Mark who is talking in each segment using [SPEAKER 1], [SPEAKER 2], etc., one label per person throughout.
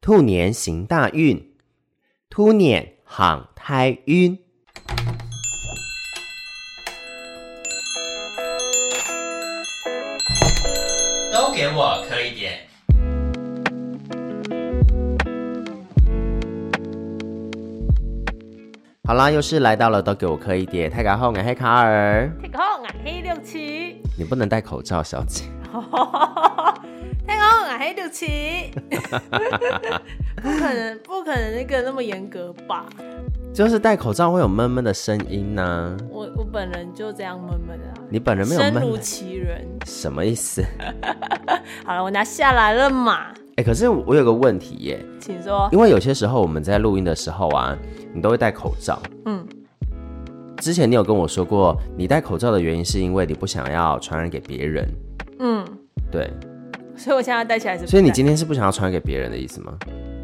[SPEAKER 1] 兔年行大运，兔年行太运。
[SPEAKER 2] 都给我磕一点。
[SPEAKER 1] 好啦，又是来到了，都给我磕一点。太感后，我黑卡尔，
[SPEAKER 3] 天空啊，黑六 七，
[SPEAKER 1] 你不能戴口罩，小 姐。
[SPEAKER 3] 天空啊，黑六七， 不可能，不可能那个那么严格吧？
[SPEAKER 1] 就是戴口罩会有闷闷的声音呢、
[SPEAKER 3] 我我本人就这样闷闷的、啊，
[SPEAKER 1] 你本人没有
[SPEAKER 3] 身
[SPEAKER 1] 闷
[SPEAKER 3] 如
[SPEAKER 1] 闷，
[SPEAKER 3] 其人。
[SPEAKER 1] 什么意思？哎、
[SPEAKER 3] 好了，我拿下来了嘛，
[SPEAKER 1] 可是我有个问题耶，
[SPEAKER 3] 请说。
[SPEAKER 1] 因为有些时候我们在录音的时候啊，你都会戴口罩。
[SPEAKER 3] 嗯，
[SPEAKER 1] 之前你有跟我说过，你戴口罩的原因是因为你不想要传染给别人，
[SPEAKER 3] 嗯，
[SPEAKER 1] 对，
[SPEAKER 3] 所以我现在戴起来是不戴，
[SPEAKER 1] 所以你今天是不想要传染给别人的意思吗？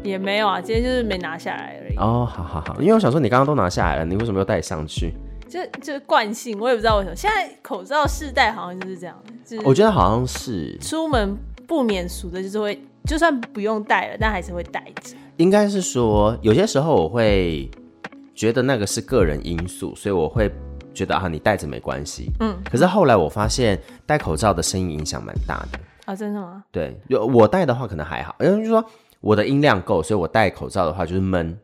[SPEAKER 3] 也没有啊，今天就是没拿下来而已。
[SPEAKER 1] 哦，好好好，因为我想说你刚刚都拿下来了，你为什么又戴上去？
[SPEAKER 3] 就就是惯性，我也不知道为什么。现在口罩试戴好像就是这样，就
[SPEAKER 1] 哦我
[SPEAKER 3] 是
[SPEAKER 1] 觉得好像是，
[SPEAKER 3] 出门不免俗的，就是会就算不用戴了，但还是会戴着。
[SPEAKER 1] 应该是说有些时候我会觉得那个是个人因素，所以我会觉得啊，你戴着没关系。
[SPEAKER 3] 嗯，
[SPEAKER 1] 可是后来我发现戴口罩的声音影响蛮大的。
[SPEAKER 3] 啊，真的吗？
[SPEAKER 1] 对，有我戴的话可能还好，因为就是说我的音量够，所以我戴口罩的话就是闷。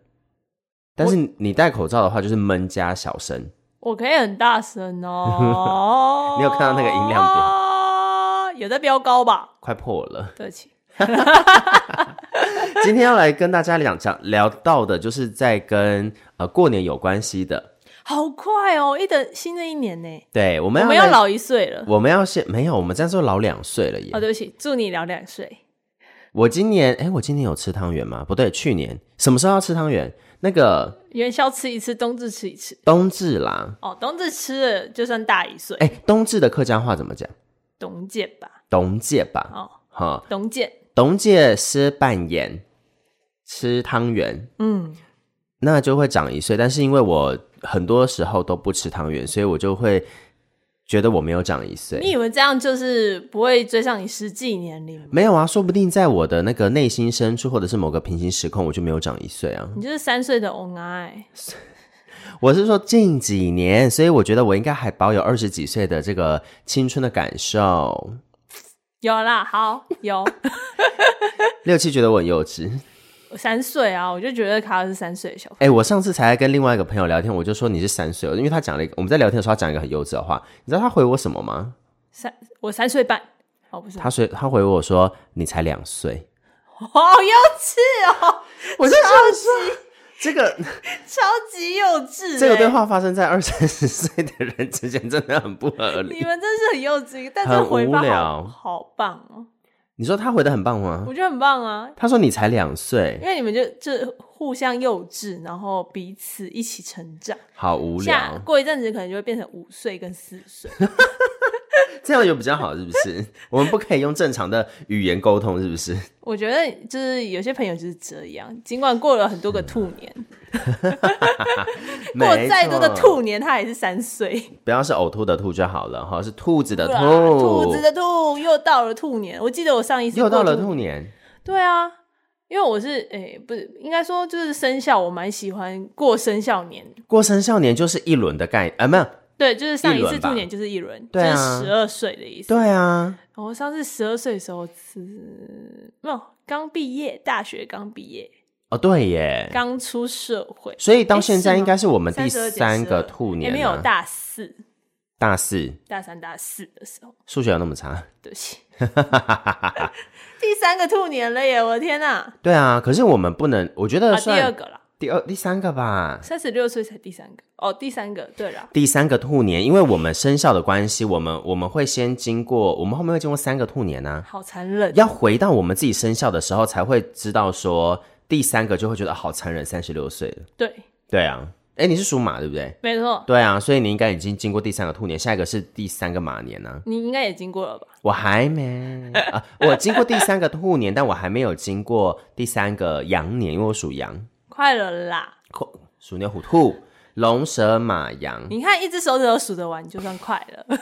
[SPEAKER 1] 但是你戴口罩的话就是闷加小声，。
[SPEAKER 3] 我可以很大声哦
[SPEAKER 1] 你有看到那个音量
[SPEAKER 3] 表？ 有在飙高吧？
[SPEAKER 1] 快破了。
[SPEAKER 3] 对不起，
[SPEAKER 1] 今天要来跟大家讲讲聊到的，就是在跟呃过年有关系的。
[SPEAKER 3] 好快哦！一等新的一年呢，
[SPEAKER 1] 对，我们要
[SPEAKER 3] 我们要
[SPEAKER 1] 来，
[SPEAKER 3] 老一岁了。
[SPEAKER 1] 我们要先没有，我们这样说老两岁了耶。
[SPEAKER 3] 哦，对不起，祝你老两岁。
[SPEAKER 1] 我今年哎，我今年有吃汤圆吗？不对，去年什么时候要吃汤圆？那个
[SPEAKER 3] 元宵吃一次，冬至吃一次。
[SPEAKER 1] 冬至啦，
[SPEAKER 3] 哦，冬至吃了就算大一岁，
[SPEAKER 1] 哎，冬至的客家话怎么讲？
[SPEAKER 3] 冬见吧。
[SPEAKER 1] 冬戒吧，
[SPEAKER 3] 哦，
[SPEAKER 1] 哈，
[SPEAKER 3] 冬见。
[SPEAKER 1] 冬戒是半盐，吃汤圆，
[SPEAKER 3] 嗯，
[SPEAKER 1] 那就会长一岁。但是因为我很多时候都不吃汤圆，所以我就会觉得我没有长一岁。
[SPEAKER 3] 你以为这样就是不会追上你实际年龄吗？
[SPEAKER 1] 没有啊，说不定在我的那个内心深处，或者是某个平行时空，我就没有长一岁啊。
[SPEAKER 3] 你就是三岁的啊哎恩爱，
[SPEAKER 1] 我是说近几年，所以我觉得我应该还保有二十几岁的这个青春的感受。
[SPEAKER 3] 有啦，好有
[SPEAKER 1] 六七觉得我很幼稚，
[SPEAKER 3] 我三岁啊，我就觉得卡尔是三岁的小朋
[SPEAKER 1] 哎、我上次才跟另外一个朋友聊天，我就说你是三岁，因为他讲了一个我们在聊天的时候，他讲一个很幼稚的话，你知道他回我什么吗？
[SPEAKER 3] 友，三我三岁半，哦不是，
[SPEAKER 1] 他说他回我说你才两岁，
[SPEAKER 3] 好幼稚哦，
[SPEAKER 1] 我就想说 这个
[SPEAKER 3] 超级幼稚、
[SPEAKER 1] 这个对
[SPEAKER 3] 欸，
[SPEAKER 1] 话发生在二三十岁的人之间，真的很不合理。
[SPEAKER 3] 欸你们真是很幼稚，但是
[SPEAKER 1] 很
[SPEAKER 3] 回
[SPEAKER 1] 无
[SPEAKER 3] 放
[SPEAKER 1] 聊
[SPEAKER 3] 好好棒哦，
[SPEAKER 1] 你说他回的很棒吗
[SPEAKER 3] 我？觉得很棒啊，
[SPEAKER 1] 他说你才两岁
[SPEAKER 3] 因，为你们就就互相幼稚，然后彼此一起成长，
[SPEAKER 1] 好无
[SPEAKER 3] 下
[SPEAKER 1] 聊，
[SPEAKER 3] 过一阵子可能就会变成五岁跟四岁，
[SPEAKER 1] 这样有比较好，是不是？我们不可以用正常的语言沟通，是不是？
[SPEAKER 3] 我觉得就是有些朋友就是这样，尽管过了很多个兔年， 过
[SPEAKER 1] 没
[SPEAKER 3] 再多的
[SPEAKER 1] 错
[SPEAKER 3] 兔，年，他还是 三岁。
[SPEAKER 1] 不要是呕吐的吐就好了哈，是兔子的
[SPEAKER 3] 对啊
[SPEAKER 1] 兔，
[SPEAKER 3] 兔子的兔又到了兔年，我记得我上一次
[SPEAKER 1] 哦又到
[SPEAKER 3] 过
[SPEAKER 1] 了兔年，
[SPEAKER 3] 对啊，因为我是诶、不是应该说就是生肖，我蛮喜欢过生肖年。
[SPEAKER 1] 过生肖年就是一轮的概啊，没有，
[SPEAKER 3] 对，就是上
[SPEAKER 1] 一
[SPEAKER 3] 一
[SPEAKER 1] 轮
[SPEAKER 3] 次
[SPEAKER 1] 吧
[SPEAKER 3] 兔年就是一轮，
[SPEAKER 1] 对啊
[SPEAKER 3] 就是十二岁的意思。
[SPEAKER 1] 对啊，
[SPEAKER 3] 我上次十二岁的时候是没有刚毕业，大学刚毕业，
[SPEAKER 1] 哦对耶，
[SPEAKER 3] 刚出社会，
[SPEAKER 1] 所以到
[SPEAKER 3] 诶
[SPEAKER 1] 现在
[SPEAKER 3] 哎是吗
[SPEAKER 1] 应该是我们第
[SPEAKER 3] 32减
[SPEAKER 1] 三个
[SPEAKER 3] 12
[SPEAKER 1] 兔
[SPEAKER 3] 也
[SPEAKER 1] 年
[SPEAKER 3] 哎没
[SPEAKER 1] 了、
[SPEAKER 3] 有大四。
[SPEAKER 1] 大四，
[SPEAKER 3] 大三、大四的时候，
[SPEAKER 1] 数学有那么差？
[SPEAKER 3] 对 不起，第三个兔年了耶！我的天呐、啊，
[SPEAKER 1] 对啊，可是我们不能，我觉得
[SPEAKER 3] 第
[SPEAKER 1] 算、
[SPEAKER 3] 二个啦，
[SPEAKER 1] 第二第三个吧，
[SPEAKER 3] 三十六岁才第三个哦，第三个对啦，
[SPEAKER 1] 第三个兔年，因为我们生肖的关系，我们我们会先经过，我们后面会经过三个兔年呢、
[SPEAKER 3] 好残忍，
[SPEAKER 1] 要回到我们自己生肖的时候，才会知道说第三个就会觉得好残忍，三十六岁了。
[SPEAKER 3] 对，
[SPEAKER 1] 对啊，哎，你是属马对不对？
[SPEAKER 3] 没错，
[SPEAKER 1] 对啊，所以你应该已经经过第三个兔年，下一个是第三个马年啊呢、
[SPEAKER 3] 你应该也经过了吧？
[SPEAKER 1] 我还没啊，我经过第三个兔年，但我还没有经过第三个羊年，因为我属羊，
[SPEAKER 3] 快了啦！
[SPEAKER 1] 嗯属牛、虎、兔、龙、蛇、马、羊。
[SPEAKER 3] 你看一只手指头数得完，就算快了。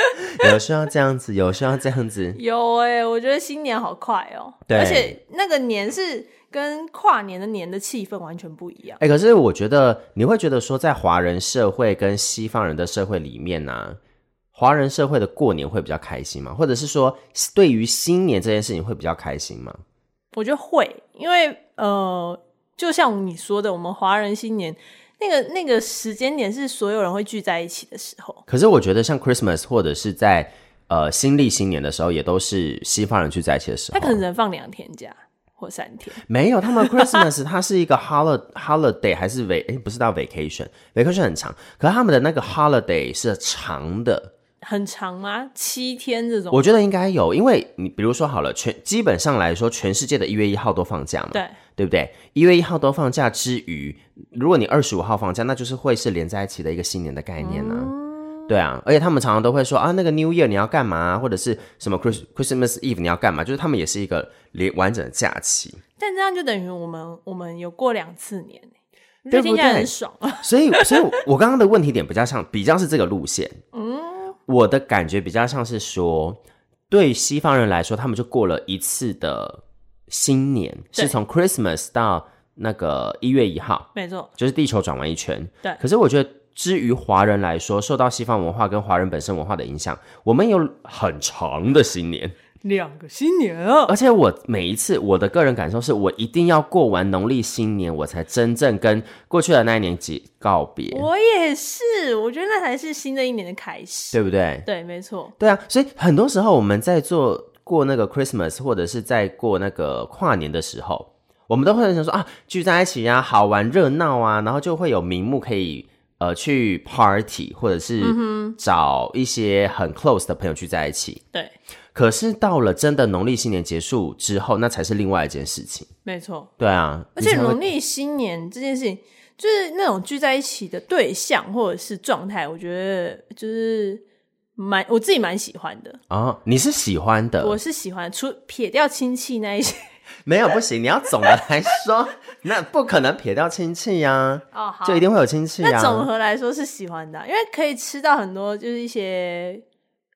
[SPEAKER 1] 有时候这样子，有时候这样子。
[SPEAKER 3] 欸有哎、我觉得新年好快哦、
[SPEAKER 1] 对
[SPEAKER 3] 而且那个年是跟跨年的年的气氛完全不一样。
[SPEAKER 1] 哎、可是我觉得你会觉得说，在华人社会跟西方人的社会里面呢、华人社会的过年会比较开心吗？或者是说，对于新年这件事情会比较开心吗？
[SPEAKER 3] 我觉得会，因为呃，就像你说的，我们华人新年那个那个时间点是所有人会聚在一起的时候，
[SPEAKER 1] 可是我觉得像 Christmas 或者是在呃新历新年的时候，也都是西方人聚在一起的时候。
[SPEAKER 3] 他可能只能放两天假或三天。
[SPEAKER 1] 没有，他们 Christmas 它是一个 holiday holiday 还是 vac 哎不是到 vacation vacation 很长，可是他们的那个 holiday 是长的，
[SPEAKER 3] 很长吗？七天这种？
[SPEAKER 1] 我觉得应该有，因为你比如说好了，全基本上来说，全世界的一月一号都放假嘛，
[SPEAKER 3] 对，
[SPEAKER 1] 对不对？一月一号都放假之余，如果你二十五号放假，那就是会是连在一起的一个新年的概念呢、对啊，而且他们常常都会说啊，那个 New Year 你要干嘛，或者是什么 Chris- Christmas Eve 你要干嘛，就是他们也是一个连完整的假期。
[SPEAKER 3] 但这样就等于我们我们有过两次年、欸，
[SPEAKER 1] 对不
[SPEAKER 3] 就听起来
[SPEAKER 1] 对
[SPEAKER 3] 很爽。
[SPEAKER 1] 所以，所以我刚刚的问题点比较像，比较是这个路线。嗯，我的感觉比较像是说，对西方人来说，他们就过了一次的新年，
[SPEAKER 3] 对
[SPEAKER 1] 是从 Christmas 到那个一月一号，
[SPEAKER 3] 没错，
[SPEAKER 1] 就是地球转完一圈。
[SPEAKER 3] 对
[SPEAKER 1] 可是我觉得。至于华人来说，受到西方文化跟华人本身文化的影响，我们有很长的新年，
[SPEAKER 3] 两个新年啊！
[SPEAKER 1] 而且我每一次我的个人感受是我一定要过完农历新年，我才真正跟过去的那一年结告别，
[SPEAKER 3] 我也是，我觉得那才是新的一年的开始。
[SPEAKER 1] 对不对？
[SPEAKER 3] 对，没错，
[SPEAKER 1] 对啊，所以很多时候我们在做过那个 Christmas 或者是在过那个跨年的时候，我们都会想说啊，聚在一起啊，好玩热闹啊，然后就会有名目可以呃去 party，或者
[SPEAKER 3] 嗯
[SPEAKER 1] 是找一些很 close 的朋友聚在一起。
[SPEAKER 3] 对，
[SPEAKER 1] 可是到了真的农历新年结束之后，那才是另外一件事情。
[SPEAKER 3] 没错。
[SPEAKER 1] 对啊，
[SPEAKER 3] 而且
[SPEAKER 1] 你才会
[SPEAKER 3] 农历新年这件事情，就是那种聚在一起的对象或者是状态，我觉得就是蛮我自己蛮喜欢的。
[SPEAKER 1] 哦，你是喜欢的，
[SPEAKER 3] 我是喜欢，除撇掉亲戚那一些
[SPEAKER 1] 没有不行，你要总的来 说，那不可能撇掉亲戚呀、
[SPEAKER 3] 哦，好
[SPEAKER 1] 就一定会有亲戚
[SPEAKER 3] 那
[SPEAKER 1] 啊。
[SPEAKER 3] 总和来说是喜欢的啊、因为可以吃到很多就是一些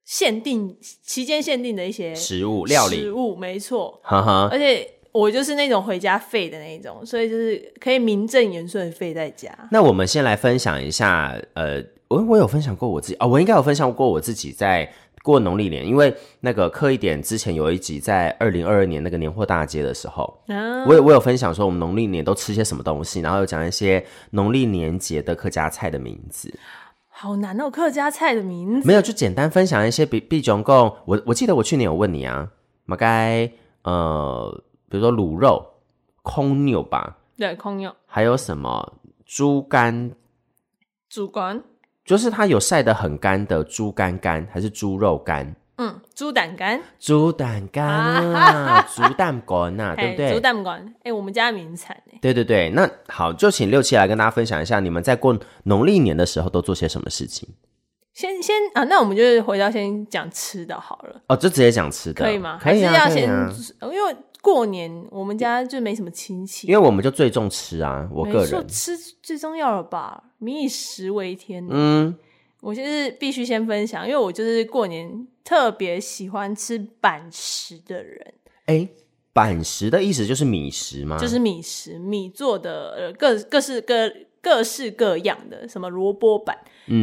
[SPEAKER 3] 限定期间限定的一些
[SPEAKER 1] 食物料理
[SPEAKER 3] 食，物，没错。
[SPEAKER 1] 哈哈，
[SPEAKER 3] 而且我就是那种回家废的那一种，所以就是可以名正言顺地废在家。
[SPEAKER 1] 那我们先来分享一下，呃，我我有分享过我自己啊、我应该有分享过我自己在过农历年，因为那个刻一点之前有一集在二零二二年那个年货大街的时候，
[SPEAKER 3] 啊，
[SPEAKER 1] 我有我有分享说我们农历年都吃些什么东西，然后有讲一些农历年节的客家菜的名字，
[SPEAKER 3] 好难哦，客家菜的名字
[SPEAKER 1] 没有就简单分享一些比比种共，我我记得我去年有问你啊，马该呃，比如说卤肉、空牛吧，
[SPEAKER 3] 对，空用
[SPEAKER 1] 还有什么猪肝
[SPEAKER 3] 主管，
[SPEAKER 1] 就是它有晒得很干的猪肝干，还是猪肉干？
[SPEAKER 3] 嗯，猪胆干，
[SPEAKER 1] 猪胆干 啊，猪蛋干啊，对不
[SPEAKER 3] 嘿
[SPEAKER 1] 对
[SPEAKER 3] 猪？胆干，哎、我们家的名产哎、
[SPEAKER 1] 对对对，那好，就请六七来跟大家分享一下，你们在过农历年的时候都做些什么事情
[SPEAKER 3] 先先啊，那我们就是回到先讲吃的好了。
[SPEAKER 1] 哦？就直接讲吃的，
[SPEAKER 3] 可以吗？
[SPEAKER 1] 可以啊，
[SPEAKER 3] 还是要
[SPEAKER 1] 可以
[SPEAKER 3] 先，
[SPEAKER 1] 啊，
[SPEAKER 3] 因为过年我们家就没什么亲戚，
[SPEAKER 1] 因为我们就最重吃啊，我
[SPEAKER 3] 没
[SPEAKER 1] 个
[SPEAKER 3] 错
[SPEAKER 1] 人，
[SPEAKER 3] 吃最重要了吧？民以食为天，
[SPEAKER 1] 嗯，
[SPEAKER 3] 我就是必须先分享，因为我就是过年特别喜欢吃板食的人，
[SPEAKER 1] 哎，板食的意思就是米食吗？
[SPEAKER 3] 就是米食，米做的呃各各式各各式各样的，什么萝卜板、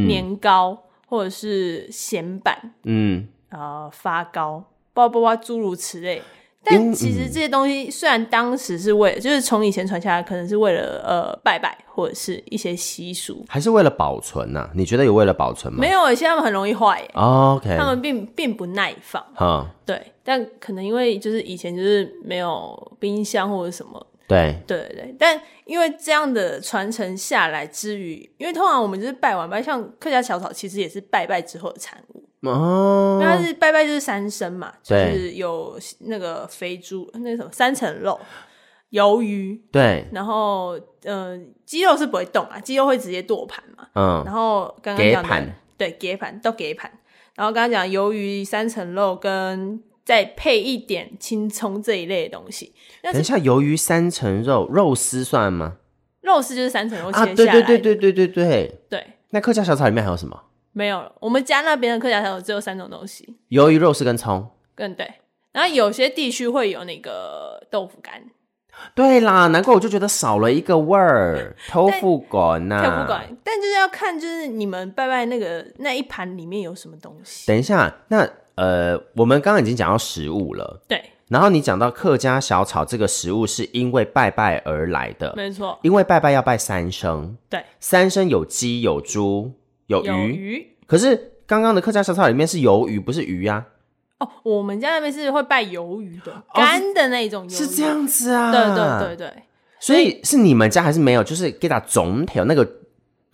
[SPEAKER 3] 年糕，或者是咸板、
[SPEAKER 1] 嗯，
[SPEAKER 3] 呃发糕、包包包诸如此类。但其
[SPEAKER 1] 嗯
[SPEAKER 3] 实这些东西虽然当时是为了，就是从以前传下来，可能是为了呃拜拜或者是一些习俗，
[SPEAKER 1] 还是为了保存呐、你觉得有为了保存吗？
[SPEAKER 3] 没有，现在他们很容易坏耶，
[SPEAKER 1] 哦，OK，
[SPEAKER 3] 他们并并不耐放。
[SPEAKER 1] 哈，
[SPEAKER 3] 对，但可能因为就是以前就是没有冰箱或者什么，
[SPEAKER 1] 对，
[SPEAKER 3] 对对对。但因为这样的传承下来之余，因为通常我们就是拜完拜，像客家小炒其实也是拜拜之后的产物，
[SPEAKER 1] 哦，
[SPEAKER 3] 因为它是拜拜就是三牲嘛，就
[SPEAKER 1] 对
[SPEAKER 3] 是有那个肥猪，那个什么三层肉、鱿鱼，
[SPEAKER 1] 对，
[SPEAKER 3] 然后呃鸡肉是不会动啊，鸡肉会直接剁盘嘛，
[SPEAKER 1] 嗯，
[SPEAKER 3] 然后刚刚
[SPEAKER 1] 给
[SPEAKER 3] 讲的
[SPEAKER 1] 盘
[SPEAKER 3] 对给盘都给盘，然后刚刚讲鱿鱼三层肉跟再配一点青葱这一类的东西，但
[SPEAKER 1] 等一
[SPEAKER 3] 是
[SPEAKER 1] 下，鱿鱼三层肉肉丝算吗？
[SPEAKER 3] 肉丝就是三层肉切下
[SPEAKER 1] 啊，
[SPEAKER 3] 来
[SPEAKER 1] 对
[SPEAKER 3] 的、
[SPEAKER 1] 对对对对对对。
[SPEAKER 3] 对
[SPEAKER 1] 那客家小炒里面还有什么？
[SPEAKER 3] 没有了。我们家那边的客家小炒只有三种东西，
[SPEAKER 1] 鱿鱼肉丝跟葱。
[SPEAKER 3] 嗯对，然后有些地区会有那个豆腐干，
[SPEAKER 1] 对啦，难怪我就觉得少了一个味儿，偷富馆呐、
[SPEAKER 3] 跳不管，但就是要看就是你们拜拜那个那一盘里面有什么东西。
[SPEAKER 1] 等一下，那呃，我们刚刚已经讲到食物了，
[SPEAKER 3] 对，
[SPEAKER 1] 然后你讲到客家小炒这个食物是因为拜拜而来的，
[SPEAKER 3] 没错，
[SPEAKER 1] 因为拜拜要拜三牲，
[SPEAKER 3] 嗯对，
[SPEAKER 1] 三牲有鸡有猪有
[SPEAKER 3] 有
[SPEAKER 1] 鱼，
[SPEAKER 3] 鱼
[SPEAKER 1] 可是刚刚的客家小炒里面是鱿鱼，不是鱼啊，
[SPEAKER 3] 哦，我们家那边是会拜鱿鱼的，干的那一种鱿鱼，
[SPEAKER 1] 哦是这。样子啊，
[SPEAKER 3] 对对对对，
[SPEAKER 1] 所以是你们家还是没有？就是给打总体有那个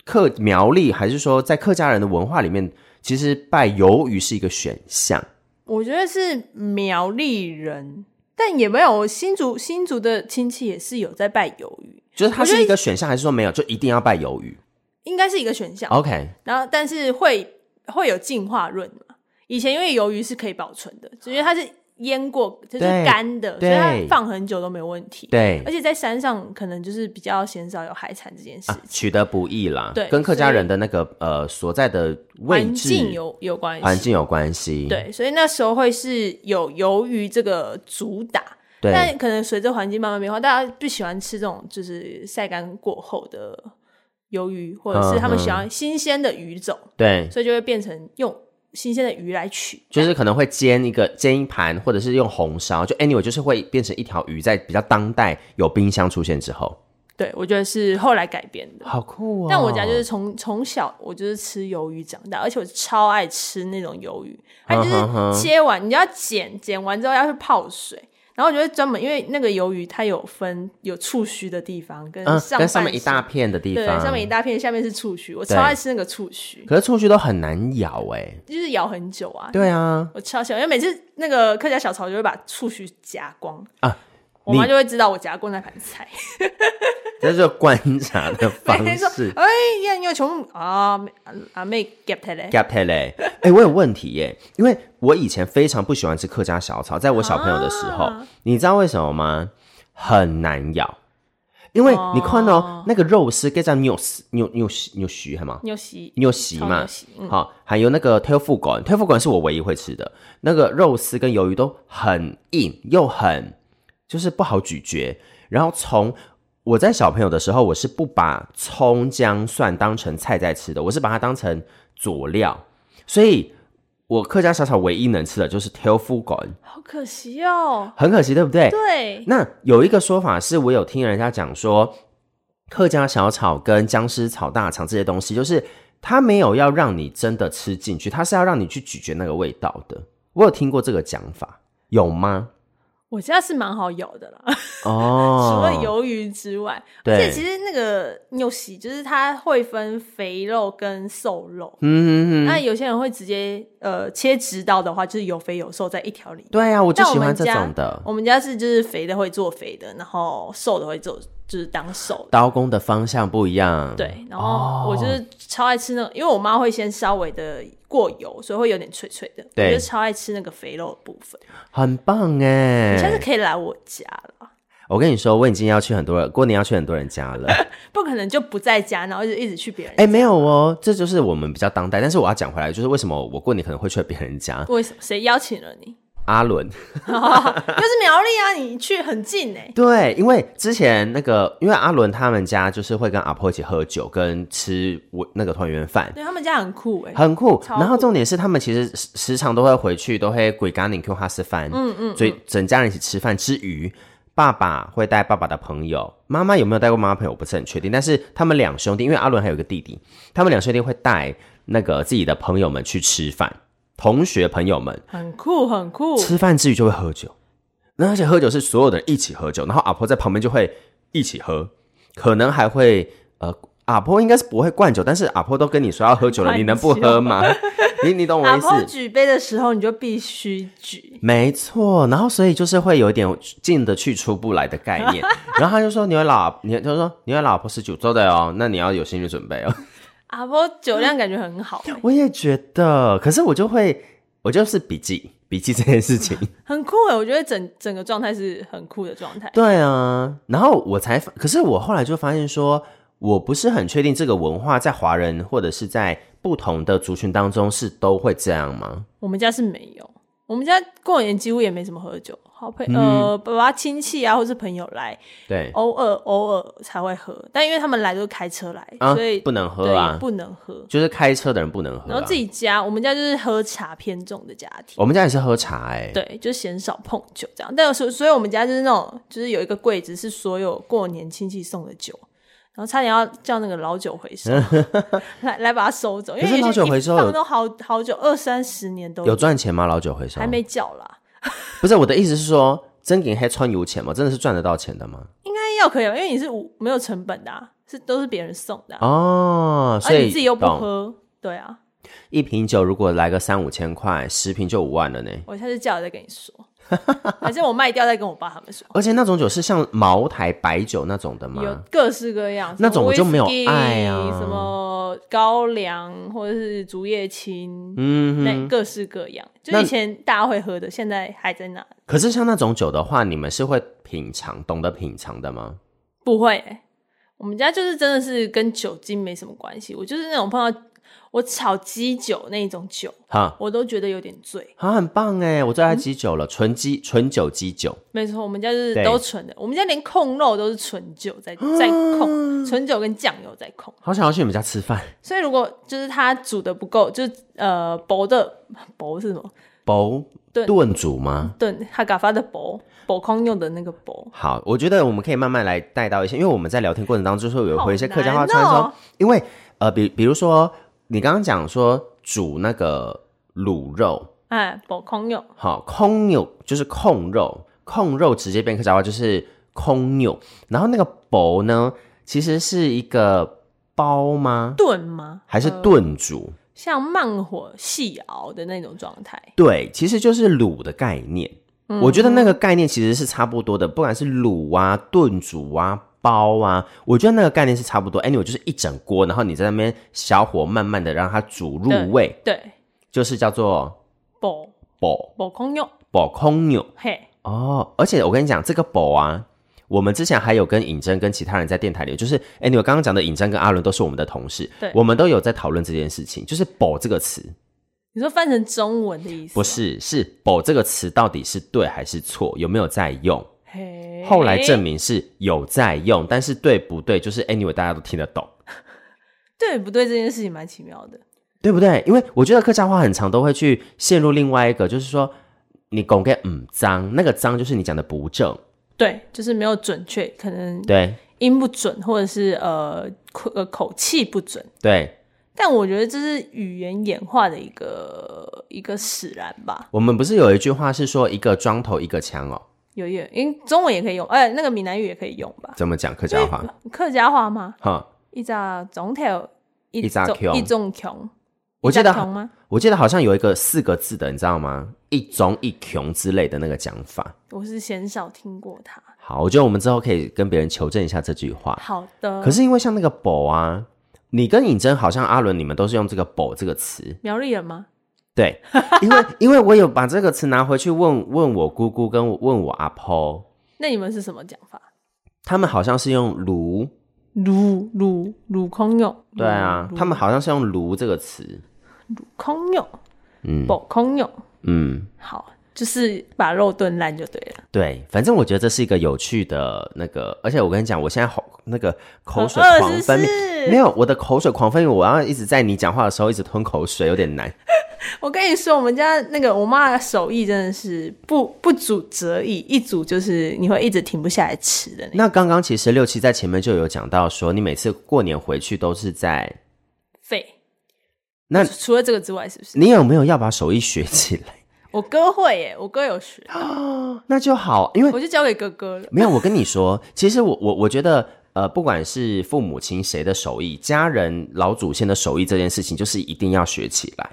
[SPEAKER 1] 客苗栗，还是说在客家人的文化里面，其实拜鱿鱼是一个选项？
[SPEAKER 3] 我觉得是苗栗人，但也没有新竹新竹的亲戚也是有在拜鱿鱼，
[SPEAKER 1] 就是它是一个选项，还是说没有就一定要拜鱿鱼
[SPEAKER 3] 应该是一个选项。
[SPEAKER 1] ？OK，
[SPEAKER 3] 然后但是会会有进化论嘛？以前因为鱿鱼是可以保存的，只因为它是腌过，就是
[SPEAKER 1] 对
[SPEAKER 3] 干的，所
[SPEAKER 1] 对
[SPEAKER 3] 以它放很久都没有问题。，
[SPEAKER 1] 对
[SPEAKER 3] 而且在山上可能就是比较鲜少有海产这件事
[SPEAKER 1] 啊，
[SPEAKER 3] 情，
[SPEAKER 1] 取得不易啦，
[SPEAKER 3] 对
[SPEAKER 1] 跟客家人的那个呃所在的位
[SPEAKER 3] 环
[SPEAKER 1] 置
[SPEAKER 3] 境有有关系，
[SPEAKER 1] 环境有关系。
[SPEAKER 3] 对，所以那时候会是有鱿鱼这个主打。
[SPEAKER 1] 对
[SPEAKER 3] 但可能随着环境慢慢变化，大家不喜欢吃这种就是晒干过后的鱿鱼，或者
[SPEAKER 1] 嗯
[SPEAKER 3] 是他们喜欢新鲜的鱼种，
[SPEAKER 1] 对，
[SPEAKER 3] 所以就会变成用新鲜的鱼来取代。
[SPEAKER 1] 就是可能会煎一个煎一盘，或者是用红烧，就 anyway 就是会变成一条鱼，在比较当代有冰箱出现之后，
[SPEAKER 3] 对，我觉得是后来改编的。
[SPEAKER 1] 好酷哦。
[SPEAKER 3] 但我家就是从从小我就是吃鱿鱼长大，而且我超爱吃那种鱿鱼。它就
[SPEAKER 1] 嗯哼哼
[SPEAKER 3] 是切完，你就要剪，剪完之后要去泡水。然后我就会专门，因为那个鱿鱼它有分有触须的地方跟
[SPEAKER 1] 嗯，
[SPEAKER 3] 上、
[SPEAKER 1] 跟上面一大，片的地
[SPEAKER 3] 对，
[SPEAKER 1] 方，
[SPEAKER 3] 上面一大片，下面是触须。我
[SPEAKER 1] 对
[SPEAKER 3] 超爱吃那个触须，
[SPEAKER 1] 可是出去都很难咬哎、
[SPEAKER 3] 就是咬很久啊。
[SPEAKER 1] 对 啊，
[SPEAKER 3] 我超喜欢，因为每次那个客家小炒就会把触须夹光
[SPEAKER 1] 啊，
[SPEAKER 3] 我妈
[SPEAKER 1] 你
[SPEAKER 3] 就会知道我夹过那盘 菜。
[SPEAKER 1] 这就是观察的
[SPEAKER 3] 每
[SPEAKER 1] 方
[SPEAKER 3] 天说
[SPEAKER 1] 式，。
[SPEAKER 3] 哎呀，你有穷啊啊啊妹 get 他嘞，
[SPEAKER 1] g a p 嘞，哎，我有问题耶、因为我以前非常不喜欢吃客家小炒，在我小朋友的时候，
[SPEAKER 3] 啊
[SPEAKER 1] 你知道为什么吗？很难咬，因为你看哦，
[SPEAKER 3] 哦
[SPEAKER 1] 那个肉丝给咱扭扭扭扭徐，还吗？
[SPEAKER 3] 你有洗
[SPEAKER 1] 牛席
[SPEAKER 3] 炒
[SPEAKER 1] 嘛
[SPEAKER 3] 牛膝，嗯
[SPEAKER 1] 好、还有那个推腹管，推腹管是我唯一会吃的。那个肉丝跟鱿鱼都很硬，又很就是不好咀嚼。然后从我在小朋友的时候，我是不把葱姜蒜当成菜在吃的，我是把它当成佐料。所以，我客家小炒唯一能吃的就是推腹管，
[SPEAKER 3] 好可惜哦。
[SPEAKER 1] 很可惜，对不对？
[SPEAKER 3] 对，
[SPEAKER 1] 那有一个说法是我有听人家讲说，客家小炒跟僵尸炒大肠这些东西，就是它没有要让你真的吃进去，它是要让你去咀嚼那个味道的。我有听过这个讲法，有吗？
[SPEAKER 3] 我家是蛮好咬的啦， 除
[SPEAKER 1] 哦
[SPEAKER 3] 了，鱿鱼之外，
[SPEAKER 1] 对
[SPEAKER 3] 而且其实那个牛洗就是它会分肥肉跟瘦肉，
[SPEAKER 1] 嗯，嗯嗯，
[SPEAKER 3] 那有些人会直接呃切直刀的话，就是有肥有瘦在一条里面。
[SPEAKER 1] 对啊，我就
[SPEAKER 3] 但我
[SPEAKER 1] 喜欢
[SPEAKER 3] 们
[SPEAKER 1] 这
[SPEAKER 3] 家
[SPEAKER 1] 种的。
[SPEAKER 3] 我们家是就是肥的会做肥的，然后瘦的会做就是当瘦的。
[SPEAKER 1] 刀工的方向不一样，，
[SPEAKER 3] 对，然
[SPEAKER 1] 哦
[SPEAKER 3] 后我就是超爱吃那个，因为我妈会先稍微的过油，所以会有点脆脆的。
[SPEAKER 1] 对
[SPEAKER 3] 我就超爱吃那个肥肉的部分。
[SPEAKER 1] 很棒
[SPEAKER 3] 你下次
[SPEAKER 1] 哎！
[SPEAKER 3] 可以来我家了，
[SPEAKER 1] 我跟你说，我已经要去很多人，过年要去很多人家 了。
[SPEAKER 3] 不可能就不在家，然后就一直去别人家。
[SPEAKER 1] 哎，没有哦，这就是我们比较当代。但是我要讲回来，就是为什么我过年可能会去别人家。
[SPEAKER 3] 为什么？谁邀请了 你？
[SPEAKER 1] 阿伦，
[SPEAKER 3] 又是苗栗啊，你去很近哎、
[SPEAKER 1] 对，因为之前那个，因为阿伦他们家就是会跟阿婆一起喝酒，跟吃我那个团圆饭，
[SPEAKER 3] 对他们家很酷哎、
[SPEAKER 1] 很酷。
[SPEAKER 3] 超酷
[SPEAKER 1] 然后重点是他们其实时时常都会回去，都会鬼咖喱 Q 哈斯饭，嗯嗯，所以整家人一起吃饭之余。爸爸会带爸爸的朋友，妈妈有没有带过妈妈朋友，我不是很确定。但是他们两兄弟，因为阿伦还有一个弟弟，他们两兄弟会带那个自己的朋友们去吃饭，同学朋友们，
[SPEAKER 3] 很酷很酷。
[SPEAKER 1] 吃饭之余就会喝酒，那而且喝酒是所有的人一起喝酒，然后阿婆在旁边就会一起喝，可能还会呃，阿婆应该是不会灌酒，但是阿婆都跟你说要喝酒了，
[SPEAKER 3] 灌酒
[SPEAKER 1] 你能不喝 吗？你你懂我
[SPEAKER 3] 阿
[SPEAKER 1] 意
[SPEAKER 3] 婆
[SPEAKER 1] 思？
[SPEAKER 3] 举杯的时候，你就必须举。
[SPEAKER 1] 没错，然后所以就是会有一点进得去出不来的概 念，然后他就说你有老，你就说你有老婆是九州的哦，那你要有心理准备哦。
[SPEAKER 3] 阿婆酒量感觉很好、欸，
[SPEAKER 1] 我也觉得，可是我就会，我就是笔记笔记这件事情，
[SPEAKER 3] 很酷哎、我觉得整整个状态是很酷的状态。
[SPEAKER 1] 对啊，然后我才发，可是我后来就发现说，我不是很确定这个文化在华人或者是在不同的族群当中是都会这样吗？
[SPEAKER 3] 我们家是没有，我们家过年几乎也没什么喝酒，好
[SPEAKER 1] 嗯
[SPEAKER 3] 朋呃，爸爸亲戚啊，或是朋友来，
[SPEAKER 1] 对
[SPEAKER 3] 偶尔偶尔才会喝，但因为他们来都是开车来，
[SPEAKER 1] 啊
[SPEAKER 3] 所以，
[SPEAKER 1] 不能喝啊
[SPEAKER 3] 对，不能喝。
[SPEAKER 1] 就是开车的人不能喝、啊。
[SPEAKER 3] 然后自己家，我们家就是喝茶偏重的家庭，
[SPEAKER 1] 我们家也是喝茶哎、
[SPEAKER 3] 对，就嫌少碰酒这样。但是所以我们家就是那种，就是有一个柜子是所有过年亲戚送的酒。然后差点要叫那个老酒回 收，来来把它收走，因
[SPEAKER 1] 可是
[SPEAKER 3] 为有
[SPEAKER 1] 老
[SPEAKER 3] 些
[SPEAKER 1] 酒回
[SPEAKER 3] 一
[SPEAKER 1] 收有
[SPEAKER 3] 放都好好久，二三十年都
[SPEAKER 1] 有赚钱吗？老酒回收
[SPEAKER 3] 还没叫啦，
[SPEAKER 1] 不是我的意思是说，真给黑川有钱吗？真的是赚得到钱的吗？
[SPEAKER 3] 应该要可以啊吧？因为你是无没有成本的、啊，是都是别人送的、啊，
[SPEAKER 1] 哦，所
[SPEAKER 3] 而
[SPEAKER 1] 以
[SPEAKER 3] 你自己又不
[SPEAKER 1] 懂
[SPEAKER 3] 喝，对啊，
[SPEAKER 1] 一瓶酒，如果来个三五千块，十瓶就五万了呢。
[SPEAKER 3] 我下次叫了再跟你说， 还是我卖掉再跟我爸他们说，
[SPEAKER 1] 而且那种酒是像茅台白酒那种的
[SPEAKER 3] 有
[SPEAKER 1] 吗？
[SPEAKER 3] 各式各样，
[SPEAKER 1] 那种我就没有
[SPEAKER 3] 什么 whisky，
[SPEAKER 1] 爱啊
[SPEAKER 3] 什么高粱或者是竹叶青，
[SPEAKER 1] 嗯哼，
[SPEAKER 3] 那各式各样，就
[SPEAKER 1] 那
[SPEAKER 3] 以前大家会喝的，现在还在那，
[SPEAKER 1] 可是像那种酒的话，你们是会品尝，懂得品尝的吗？
[SPEAKER 3] 不会、欸，我们家就是真的是跟酒精没什么关系，我就是那种碰到我炒鸡酒那种酒，
[SPEAKER 1] 哈，
[SPEAKER 3] 我都觉得有点醉。
[SPEAKER 1] 啊，很棒哎，我最爱鸡酒了，纯鸡纯酒鸡酒，
[SPEAKER 3] 没错，我们家就是
[SPEAKER 1] 对啊
[SPEAKER 3] 都纯的，我们家连控肉都是纯酒在在控，纯酒跟酱油在控。
[SPEAKER 1] 好想要去你们家吃 饭。
[SPEAKER 3] 所以如果就是它煮的不够，就是呃薄的薄是什么？
[SPEAKER 1] 煲
[SPEAKER 3] 炖
[SPEAKER 1] 炖煮吗？
[SPEAKER 3] 炖哈嘎发的薄，薄空用的那个薄。
[SPEAKER 1] 好，我觉得我们可以慢慢来带到一些，因为我们在聊天过程当中，就是有
[SPEAKER 3] 好
[SPEAKER 1] 回一些客家话
[SPEAKER 3] 难
[SPEAKER 1] 传
[SPEAKER 3] 哦
[SPEAKER 1] 说，因为呃，比比如说你刚刚讲说煮那个卤肉，
[SPEAKER 3] 哎，薄空用，
[SPEAKER 1] 好，空牛就是控肉，控肉直接变客家话就是空牛，然后那个薄呢，其实是一个包吗？
[SPEAKER 3] 炖吗？
[SPEAKER 1] 还是炖煮？
[SPEAKER 3] 像慢火细熬的那种状态。
[SPEAKER 1] 对，其实就是卤的概念。我觉得那个概念其实是差不多的，不管是卤啊、炖煮啊、包啊，我觉得那个概念是差不多。anyway，就是一整锅，然后你在那边小火慢慢的让它煮入味，
[SPEAKER 3] 对，
[SPEAKER 1] 就是叫做
[SPEAKER 3] 薄
[SPEAKER 1] 煲
[SPEAKER 3] 薄空用，
[SPEAKER 1] 煲空牛
[SPEAKER 3] 嘿，
[SPEAKER 1] 哦。而且我跟你讲，这个煲啊，我们之前还有跟尹真跟其他人在电台里，就是 anyway 刚刚讲的尹真跟阿伦都是我们的同事
[SPEAKER 3] 对，
[SPEAKER 1] 我们都有在讨论这件事情，就是煲这个词。
[SPEAKER 3] 你说翻成中文的意思？
[SPEAKER 1] 不，是，是“否”这个词到底是对还是错，有没有在用？
[SPEAKER 3] 嘿，
[SPEAKER 1] 后来证明是有在用，但是对不对，就是哎 anyway 大家都听得懂，
[SPEAKER 3] 对不对？这件事情蛮奇妙的。
[SPEAKER 1] 对不对？因为我觉得客家话很常都会去陷入另外一个，就是说你拱给嗯脏，那个脏就是你讲的不正，
[SPEAKER 3] 对，就是没有准确，可能
[SPEAKER 1] 对
[SPEAKER 3] 音不准，或者是呃口呃口气不准。
[SPEAKER 1] 对，
[SPEAKER 3] 但我觉得这是语言演化的一个一个使然吧。
[SPEAKER 1] 我们不是有一句话是说一个庄头一个枪哦，
[SPEAKER 3] 有也，因为中文也可以用，哎、那个闽南语也可以用吧？
[SPEAKER 1] 怎么讲客家话？
[SPEAKER 3] 客家话吗？
[SPEAKER 1] 哈，
[SPEAKER 3] 一扎总头，
[SPEAKER 1] 一扎
[SPEAKER 3] 种
[SPEAKER 1] 穷
[SPEAKER 3] 一种穷，
[SPEAKER 1] 我记得
[SPEAKER 3] 一扎穷吗？
[SPEAKER 1] 我记得好像有一个四个字的，你知道吗？一中一穷之类的那个讲法。
[SPEAKER 3] 我是鲜少听过它。
[SPEAKER 1] 好，我觉得我们之后可以跟别人求证一下这句话。
[SPEAKER 3] 好的，
[SPEAKER 1] 可是因为像那个“否”啊，你跟尹真好像阿伦，你们都是用这个“否”这个词，
[SPEAKER 3] 苗栗人吗？
[SPEAKER 1] 对？ 因为因为我有把这个词拿回去问问我姑姑跟我问我阿婆，
[SPEAKER 3] 那你们是什么讲法？
[SPEAKER 1] 他们好像是用“炉
[SPEAKER 3] 鲁鲁鲁空用，”，
[SPEAKER 1] 对啊，他们好像是用“炉”这个词，
[SPEAKER 3] 鲁空用，
[SPEAKER 1] 嗯
[SPEAKER 3] 宝空用，
[SPEAKER 1] 嗯，
[SPEAKER 3] 好，就是把肉炖烂就对了。
[SPEAKER 1] 对，反正我觉得这是一个有趣的那个，而且我跟你讲，我现在好那个口水
[SPEAKER 3] 很饿
[SPEAKER 1] 狂分
[SPEAKER 3] 是不
[SPEAKER 1] 泌，
[SPEAKER 3] 是
[SPEAKER 1] 没有我的口水狂分泌，我要一直在你讲话的时候一直吞口水，有点难。
[SPEAKER 3] 我跟你说，我们家那个我妈的手艺真的是不不煮则已，一煮就是你会一直停不下来吃的那
[SPEAKER 1] 那刚刚其实六七在前面就有讲到说，你每次过年回去都是在，
[SPEAKER 3] 肺。
[SPEAKER 1] 那
[SPEAKER 3] 除了这个之外，是不是？
[SPEAKER 1] 你有没有要把手艺学起来？
[SPEAKER 3] 我哥会耶，我哥有学到，
[SPEAKER 1] 那就好，因为
[SPEAKER 3] 我就交给哥哥了。
[SPEAKER 1] 没有我跟你说，其实我我我觉得。呃，不管是父母亲谁的手艺，家人老祖先的手艺，这件事情就是一定要学起来。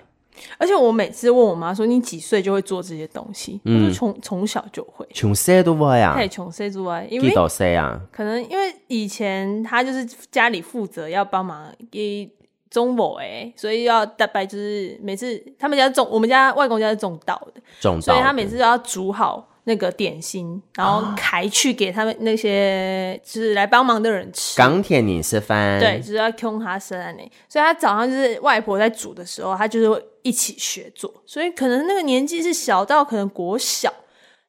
[SPEAKER 3] 而且我每次问我妈说：“你几岁就会做这些东西？”我
[SPEAKER 1] 嗯
[SPEAKER 3] 说：“从从小就会。
[SPEAKER 1] 穷谁都不呀
[SPEAKER 3] 太，穷谁之外，因
[SPEAKER 1] 啊记
[SPEAKER 3] 为
[SPEAKER 1] 得谁啊？
[SPEAKER 3] 可能因为以前他就是家里负责要帮忙给中某哎，所以要大概就是每次他们家种，我们家外公家是种稻的，
[SPEAKER 1] 中
[SPEAKER 3] 所
[SPEAKER 1] 到的
[SPEAKER 3] 以
[SPEAKER 1] 啊
[SPEAKER 3] 他每次都要煮好那个点心，然后开去给他们那些就是来帮忙的人吃。
[SPEAKER 1] 港铁你是翻
[SPEAKER 3] 对，就是要 Q 他生啊那，所以他早上就是外婆在煮的时候，他就是会一起学做，所以可能那个年纪是小到可能国小，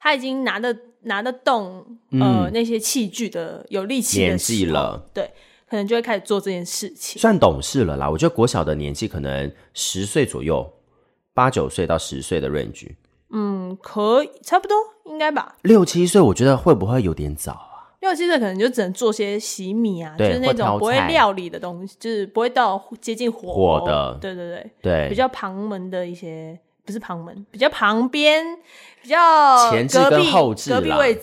[SPEAKER 3] 他已经拿得拿得动呃、那些器具的有力气
[SPEAKER 1] 嗯
[SPEAKER 3] 的
[SPEAKER 1] 年纪
[SPEAKER 3] 时候
[SPEAKER 1] 了，
[SPEAKER 3] 对，可能就会开始做这件事情。
[SPEAKER 1] 算懂事了啦。我觉得国小的年纪可能十岁左右，八九岁到十岁的 range，
[SPEAKER 3] 嗯，可以差不多应该吧。
[SPEAKER 1] 六七岁我觉得会不会有点早啊？
[SPEAKER 3] 六七岁可能就只能做些洗米啊，就
[SPEAKER 1] 对
[SPEAKER 3] 是那
[SPEAKER 1] 或
[SPEAKER 3] 种
[SPEAKER 1] 挑
[SPEAKER 3] 不会
[SPEAKER 1] 菜
[SPEAKER 3] 料理的东西，就是不会到接近火
[SPEAKER 1] 火
[SPEAKER 3] 候
[SPEAKER 1] 的
[SPEAKER 3] 对对对，
[SPEAKER 1] 对，
[SPEAKER 3] 比较旁门的一些，不是旁门，比较旁边，比较
[SPEAKER 1] 前置
[SPEAKER 3] 隔
[SPEAKER 1] 跟
[SPEAKER 3] 壁
[SPEAKER 1] 后置
[SPEAKER 3] 隔壁
[SPEAKER 1] 啦
[SPEAKER 3] 位置，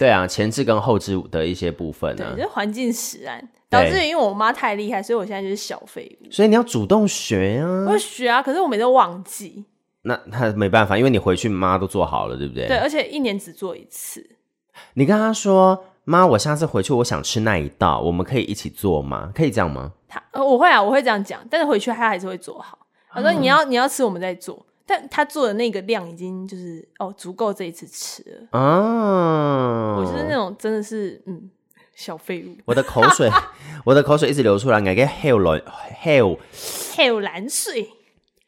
[SPEAKER 1] 对啊，前置跟后置的一些部分
[SPEAKER 3] 对，
[SPEAKER 1] 啊
[SPEAKER 3] 就，是环境使然，导致
[SPEAKER 1] 对
[SPEAKER 3] 因为我妈太厉害，所以我现在就是小废物。
[SPEAKER 1] 所以你要主动学啊
[SPEAKER 3] 我。有学啊，可是我每次都忘记，
[SPEAKER 1] 那他没办法，因为你回去妈都做好了，对不对？
[SPEAKER 3] 对，而且一年只做一次，
[SPEAKER 1] 你跟他说。妈，我下次回去我想吃那一道，我们可以一起做吗？可以这样吗？
[SPEAKER 3] 她呃我会啊，我会这样讲，但是回去她还是会做好。她
[SPEAKER 1] 哦
[SPEAKER 3] 说你要你要吃，我们再做，但她做的那个量已经就是哦足够这一次吃了。
[SPEAKER 1] 啊，
[SPEAKER 3] 我就是那种真的是嗯小废物，
[SPEAKER 1] 我的口水， 我的口水一直流出来，我给 hell 蓝 hell
[SPEAKER 3] 还有蓝水、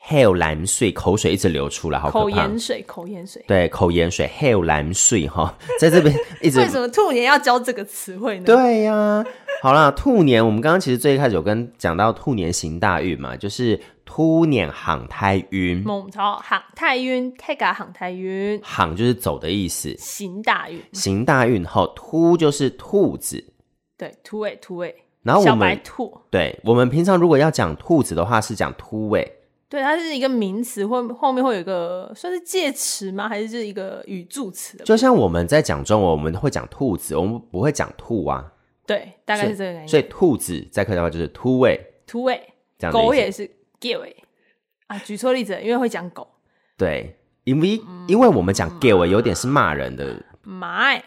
[SPEAKER 1] hell 蓝水，口水一直流出来，好可
[SPEAKER 3] 口
[SPEAKER 1] 怕
[SPEAKER 3] 盐。水、口盐水。
[SPEAKER 1] 对，口盐水 hell 蓝水哈， 在这边一直
[SPEAKER 3] 为什么兔年要教这个词汇呢？
[SPEAKER 1] 对啊呀、好啦，兔年，我们刚刚其实最一开始有跟讲到兔年行大运嘛，就是兔年航太运，
[SPEAKER 3] 猛潮航太晕，太嘎航太晕，
[SPEAKER 1] 航就是走的意思，
[SPEAKER 3] 行大运，
[SPEAKER 1] 行大运后，兔就是兔子，
[SPEAKER 3] 对，突尾突尾，
[SPEAKER 1] 然后我
[SPEAKER 3] 小白
[SPEAKER 1] 们
[SPEAKER 3] 兔，
[SPEAKER 1] 对我们平常如果要讲兔子的话，是讲突尾。
[SPEAKER 3] 对，它是一个名词，后后面会有一个算是介词吗？还是就是一个语助词的？
[SPEAKER 1] 就像我们在讲中文，我们会讲兔子，我们不会讲兔啊，
[SPEAKER 3] 对，大概是这个概
[SPEAKER 1] 所以
[SPEAKER 3] 念。
[SPEAKER 1] 兔子在客家话就是突尾
[SPEAKER 3] 突尾，
[SPEAKER 1] 这样的意思。
[SPEAKER 3] 狗也是 g 尾啊，举错例子了，因为会讲狗，
[SPEAKER 1] 对，因为因为我们
[SPEAKER 3] 嗯
[SPEAKER 1] 讲 gay 尾有点是骂人的，
[SPEAKER 3] 马哎，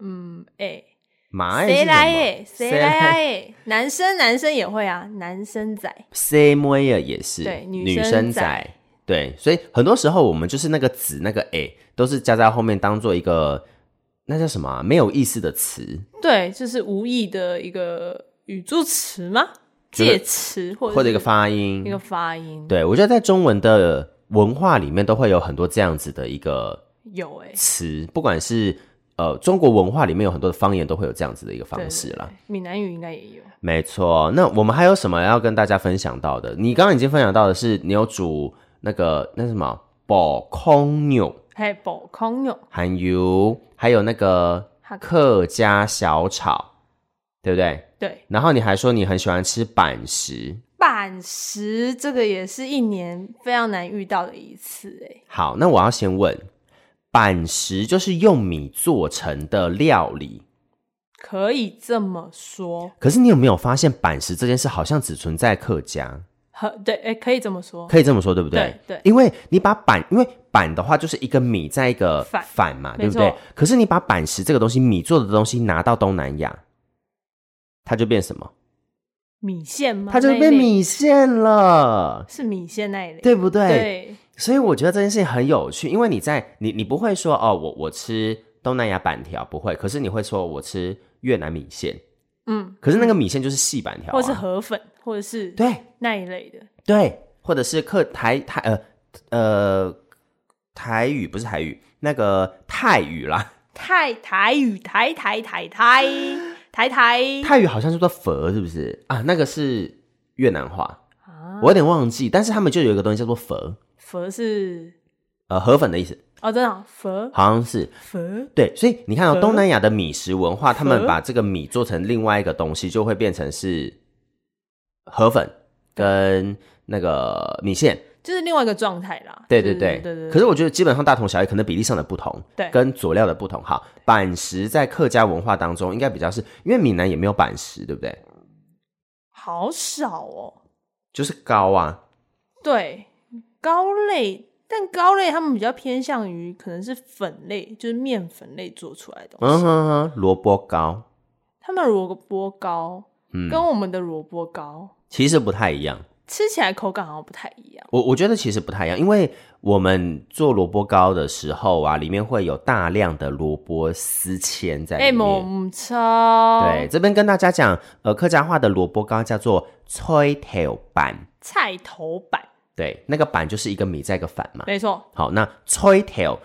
[SPEAKER 3] 嗯哎，
[SPEAKER 1] 马
[SPEAKER 3] 谁来哎，谁来啊
[SPEAKER 1] 哎？
[SPEAKER 3] 哎，男生男生也会啊，男生仔，
[SPEAKER 1] 谁摸耶也是，
[SPEAKER 3] 对女
[SPEAKER 1] 女
[SPEAKER 3] 生
[SPEAKER 1] 生
[SPEAKER 3] 仔
[SPEAKER 1] 仔，对，所以很多时候我们就是那个子那个哎，都是加在后面当做一个那叫什么啊、没有意思的词，
[SPEAKER 3] 对，就是无意的一个语助词吗？
[SPEAKER 1] 就是
[SPEAKER 3] 介词或者
[SPEAKER 1] 或者一
[SPEAKER 3] 是
[SPEAKER 1] 个发音，
[SPEAKER 3] 一个发音，
[SPEAKER 1] 对我觉得在中文的文化里面都会有很多这样子的一个
[SPEAKER 3] 有哎、欸，
[SPEAKER 1] 词，不管是呃中国文化里面有很多的方言都会有这样子的一个方式啦。
[SPEAKER 3] 对，对对闽南语应该也有。
[SPEAKER 1] 没错，那我们还有什么要跟大家分享到的？你刚刚已经分享到的是，你有煮那个那什么宝空牛，
[SPEAKER 3] 还有宝康用
[SPEAKER 1] 还有还有那个
[SPEAKER 3] 哈
[SPEAKER 1] 客家小炒，对不对？
[SPEAKER 3] 对
[SPEAKER 1] 然后你还说你很喜欢吃板食，
[SPEAKER 3] 板石，这个也是一年非常难遇到的一次哎、欸。
[SPEAKER 1] 好，那我要先问，板食就是用米做成的料理，
[SPEAKER 3] 可以这么说，
[SPEAKER 1] 可是你有没有发现板食这件事好像只存在客家？
[SPEAKER 3] 很对，哎、可以这么说，
[SPEAKER 1] 可以这么说，对不对？
[SPEAKER 3] 对对
[SPEAKER 1] 因为你把板，因为板的话就是一个米在一个
[SPEAKER 3] 反
[SPEAKER 1] 反嘛，
[SPEAKER 3] 没
[SPEAKER 1] 对
[SPEAKER 3] 错
[SPEAKER 1] 不对？可是你把板石这个东西，米做的东西拿到东南亚，它就变什么？
[SPEAKER 3] 米线吗？
[SPEAKER 1] 它就
[SPEAKER 3] 那一
[SPEAKER 1] 变
[SPEAKER 3] 类
[SPEAKER 1] 米线了，
[SPEAKER 3] 是米线那一类，
[SPEAKER 1] 对不对？
[SPEAKER 3] 对
[SPEAKER 1] 所以我觉得这件事情很有趣，因为你在你你不会说哦，我我吃东南亚板条不会，可是你会说我吃越南米线，
[SPEAKER 3] 嗯，
[SPEAKER 1] 可是那个米线就是细板条、啊，
[SPEAKER 3] 或是河粉，或者是
[SPEAKER 1] 对
[SPEAKER 3] 那一类的，
[SPEAKER 1] 对，或者是客台台呃呃台语不是台语，那个泰语啦，
[SPEAKER 3] 太台语台台台台台 台
[SPEAKER 1] 泰语好像叫做佛是不是啊？那个是越南话，
[SPEAKER 3] 啊，
[SPEAKER 1] 我有点忘记，但是他们就有一个东西叫做佛，
[SPEAKER 3] 佛是
[SPEAKER 1] 呃河粉的意思，
[SPEAKER 3] 哦，真的哦佛
[SPEAKER 1] 好像是
[SPEAKER 3] 佛
[SPEAKER 1] 对，所以你看哦，东南亚的米食文化，他们
[SPEAKER 3] 河
[SPEAKER 1] 把这个米做成另外一个东西，就会变成是河粉跟那个米线。
[SPEAKER 3] 就是另外一个状态啦。
[SPEAKER 1] 对对
[SPEAKER 3] 就是
[SPEAKER 1] 嗯对
[SPEAKER 3] 对对。
[SPEAKER 1] 可是我觉得基本上大同小异，可能比例上的不同，
[SPEAKER 3] 对
[SPEAKER 1] 跟佐料的不同。好，板食在客家文化当中应该比较是，因为闽南也没有板食，对不对？
[SPEAKER 3] 好少哦。
[SPEAKER 1] 就是糕啊，
[SPEAKER 3] 对，糕类，但糕类他们比较偏向于可能是粉类，就是面粉类做出来的东
[SPEAKER 1] 嗯
[SPEAKER 3] 西。
[SPEAKER 1] 哼哼，萝卜糕，
[SPEAKER 3] 他们的萝卜糕
[SPEAKER 1] 嗯，
[SPEAKER 3] 跟我们的萝卜糕、
[SPEAKER 1] 其实不太一样。
[SPEAKER 3] 吃起来口感好像不太一样。
[SPEAKER 1] 我我觉得其实不太一样，因为我们做萝卜糕的时候啊，里面会有大量的萝卜丝签在
[SPEAKER 3] 哎，
[SPEAKER 1] 里
[SPEAKER 3] 某
[SPEAKER 1] 面。
[SPEAKER 3] 母超
[SPEAKER 1] 对，这边跟大家讲，呃，客家话的萝卜糕叫做吹头板，
[SPEAKER 3] 菜头板，
[SPEAKER 1] 对，那个板就是一个米再一个反嘛。
[SPEAKER 3] 没错，
[SPEAKER 1] 好，那吹头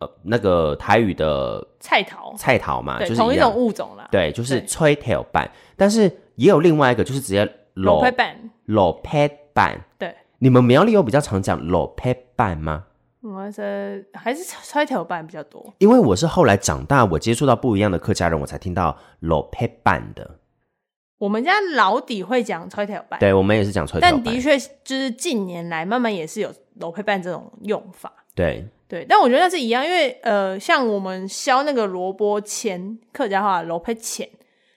[SPEAKER 1] 呃那个台语的
[SPEAKER 3] 菜桃，
[SPEAKER 1] 菜桃嘛，
[SPEAKER 3] 对，
[SPEAKER 1] 啊就是
[SPEAKER 3] 同一
[SPEAKER 1] 样
[SPEAKER 3] 种物种啦，
[SPEAKER 1] 对，就是
[SPEAKER 3] 对
[SPEAKER 1] 吹条板，但是也有另外一个就是直接
[SPEAKER 3] 龙
[SPEAKER 1] 裸
[SPEAKER 3] 配板，
[SPEAKER 1] 裸拍板。
[SPEAKER 3] 对，
[SPEAKER 1] 你们苗栗有比较常讲裸拍板吗？
[SPEAKER 3] 我这还是摔条板比较多。
[SPEAKER 1] 因为我是后来长大，我接触到不一样的客家人，我才听到裸拍板的。
[SPEAKER 3] 我们家老底会讲摔条板，
[SPEAKER 1] 对，我们也是讲吹条
[SPEAKER 3] 但
[SPEAKER 1] 板。
[SPEAKER 3] 的确就是近年来慢慢也是有楼配办这种用法。
[SPEAKER 1] 对，
[SPEAKER 3] 对，但我觉得那是一样，因为呃，像我们削那个萝卜签，客家话萝卜签，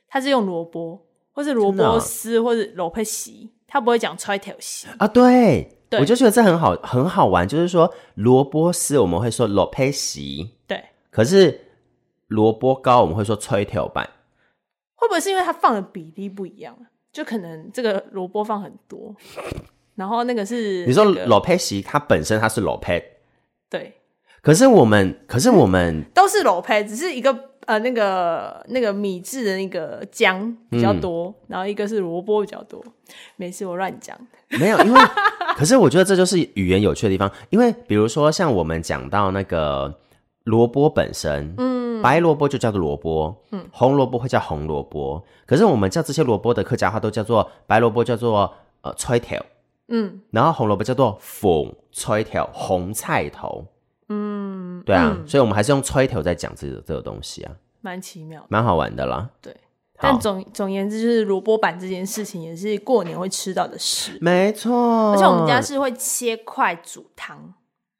[SPEAKER 3] 它是用萝卜，或是萝
[SPEAKER 1] 真的
[SPEAKER 3] 卜
[SPEAKER 1] 啊
[SPEAKER 3] 丝，或是萝卜席，它不会讲揣条席。
[SPEAKER 1] 啊，对，
[SPEAKER 3] 对
[SPEAKER 1] 我就觉得这很好，很好玩。就是说，萝卜丝我们会说萝卜席，
[SPEAKER 3] 对，
[SPEAKER 1] 可是萝卜糕我们会说吹条板。
[SPEAKER 3] 会不会是因为它放的比例不一样啊？就可能这个萝卜放很多，然后那个是、
[SPEAKER 1] 你说
[SPEAKER 3] 那个
[SPEAKER 1] 萝卜席，它本身它是萝卜，
[SPEAKER 3] 对，
[SPEAKER 1] 可是我们，可是我们
[SPEAKER 3] 都是萝卜，只是一个呃那个那个米制的那个姜比较多，
[SPEAKER 1] 嗯
[SPEAKER 3] 然后一个是萝卜比较多。没事，我乱讲。
[SPEAKER 1] 没有，因为可是我觉得这就是语言有趣的地方，因为比如说像我们讲到那个萝卜本身，嗯，白萝卜就叫做萝卜，嗯，红萝卜会叫红萝卜，可是我们叫这些萝卜的客家话都叫做白萝卜叫做呃吹条，
[SPEAKER 3] 嗯，
[SPEAKER 1] 然后红萝卜叫做粉吹条红菜头，嗯，对啊，所以我们还是用吹条在讲这个这个东西啊，
[SPEAKER 3] 蛮奇妙的。
[SPEAKER 1] 蛮好玩的啦。
[SPEAKER 3] 对，
[SPEAKER 1] 好
[SPEAKER 3] 但总总言之，就是萝卜板这件事情也是过年会吃到的事，
[SPEAKER 1] 没错，
[SPEAKER 3] 而且我们家是会切块煮汤，
[SPEAKER 1] 哦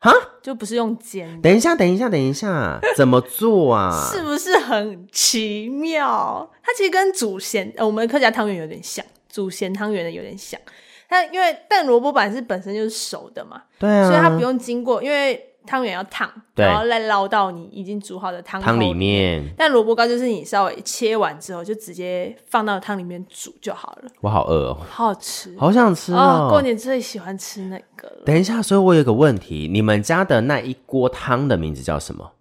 [SPEAKER 1] 哈，
[SPEAKER 3] 就不是用煎的，
[SPEAKER 1] 等一下，等一下，等一下，怎么做啊？
[SPEAKER 3] 是不是很奇妙？它其实跟煮咸呃我们客家汤圆有点像，煮咸汤圆的有点像。它因为但萝卜板是本身就是熟的嘛，
[SPEAKER 1] 对啊，
[SPEAKER 3] 所以它不用经过，因为汤圆要烫，
[SPEAKER 1] 对
[SPEAKER 3] 然后再捞到你已经煮好的汤
[SPEAKER 1] 汤
[SPEAKER 3] 头
[SPEAKER 1] 里。面，
[SPEAKER 3] 但萝卜糕就是你稍微切完之后，就直接放到汤里面煮就好了，
[SPEAKER 1] 我好饿哦，
[SPEAKER 3] 好好吃。
[SPEAKER 1] 好想吃
[SPEAKER 3] 哦，过
[SPEAKER 1] 哦。
[SPEAKER 3] 年最喜欢吃那个了，
[SPEAKER 1] 等一下，所以我有个问题，你们家的那一锅汤的名字叫什么？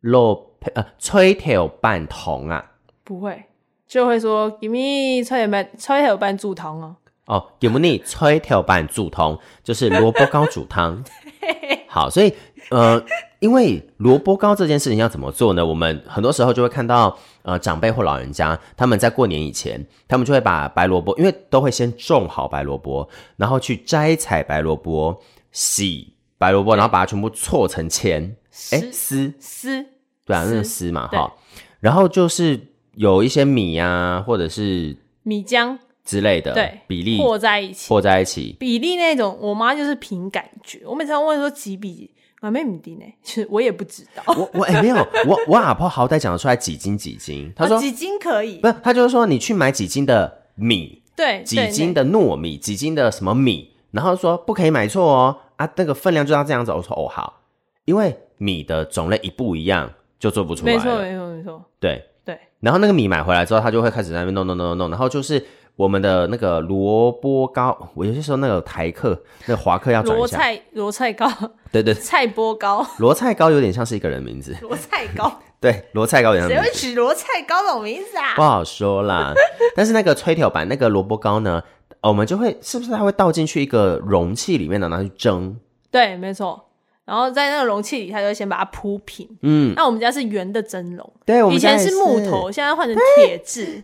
[SPEAKER 1] 肉配呃吹条拌桶啊？
[SPEAKER 3] 不会就会说给你炒点半炒点半猪汤哦。
[SPEAKER 1] 哦，给不你吹条拌煮汤，就是萝卜糕煮汤。 好，所以呃，因为萝卜糕这件事情要怎么做呢？我们很多时候就会看到呃长辈或老人家他们在过年以前，他们就会把白萝卜，因为都会先种好白萝卜，然后去摘采白萝卜，洗白萝卜，然后把它全部搓成钱，哎
[SPEAKER 3] 丝
[SPEAKER 1] 丝，
[SPEAKER 3] 丝
[SPEAKER 1] 对啊，那个
[SPEAKER 3] 丝
[SPEAKER 1] 丝嘛
[SPEAKER 3] 对
[SPEAKER 1] 哈，然后就是有一些米啊，或者是
[SPEAKER 3] 米浆
[SPEAKER 1] 之类的
[SPEAKER 3] 对
[SPEAKER 1] 呃比例
[SPEAKER 3] 和在一起，
[SPEAKER 1] 和在一起。
[SPEAKER 3] 比例那种，我妈就是凭感觉。我每次要问说几比几，我没米定呢，其实我也不知道。
[SPEAKER 1] 我我哎、没有，我我阿婆好歹讲得出来几斤几斤，她说、
[SPEAKER 3] 啊几斤可以
[SPEAKER 1] 不，，是，她就是说你去买几斤的米，
[SPEAKER 3] 对，
[SPEAKER 1] 几
[SPEAKER 3] 对
[SPEAKER 1] 斤
[SPEAKER 3] 对
[SPEAKER 1] 的糯米，几斤的什么米，然后说不可以买错哦，啊那个分量就要这样子，我说哦好，因为米的种类一不一样就做不出来
[SPEAKER 3] 没错
[SPEAKER 1] 了，
[SPEAKER 3] 没错没错，
[SPEAKER 1] 对，
[SPEAKER 3] 对，
[SPEAKER 1] 然后那个米买回来之后，他就会开始在那边弄弄弄弄弄，然后就是。我们的那个萝卜糕，我有些时候那个台客、那个华客要转
[SPEAKER 3] 罗
[SPEAKER 1] 一下，
[SPEAKER 3] 菜罗菜糕，
[SPEAKER 1] 对对，对
[SPEAKER 3] 菜波糕，
[SPEAKER 1] 罗菜糕有点像是一个人名字，
[SPEAKER 3] 罗菜 糕，
[SPEAKER 1] 对，罗菜糕有点像
[SPEAKER 3] 谁
[SPEAKER 1] 名字
[SPEAKER 3] 会取罗菜糕这种名字啊
[SPEAKER 1] 不？好说啦。 但是那个吹条板那个萝卜糕呢，呃我们就会是不是它会倒进去一个容器里面的，然后去蒸？
[SPEAKER 3] 对，没错。然后在那个容器里，他就会先把它铺平。
[SPEAKER 1] 嗯，
[SPEAKER 3] 那我们家是圆的蒸笼，
[SPEAKER 1] 对，我们
[SPEAKER 3] 以前
[SPEAKER 1] 家也
[SPEAKER 3] 是
[SPEAKER 1] 是
[SPEAKER 3] 木头，，现在换成铁质，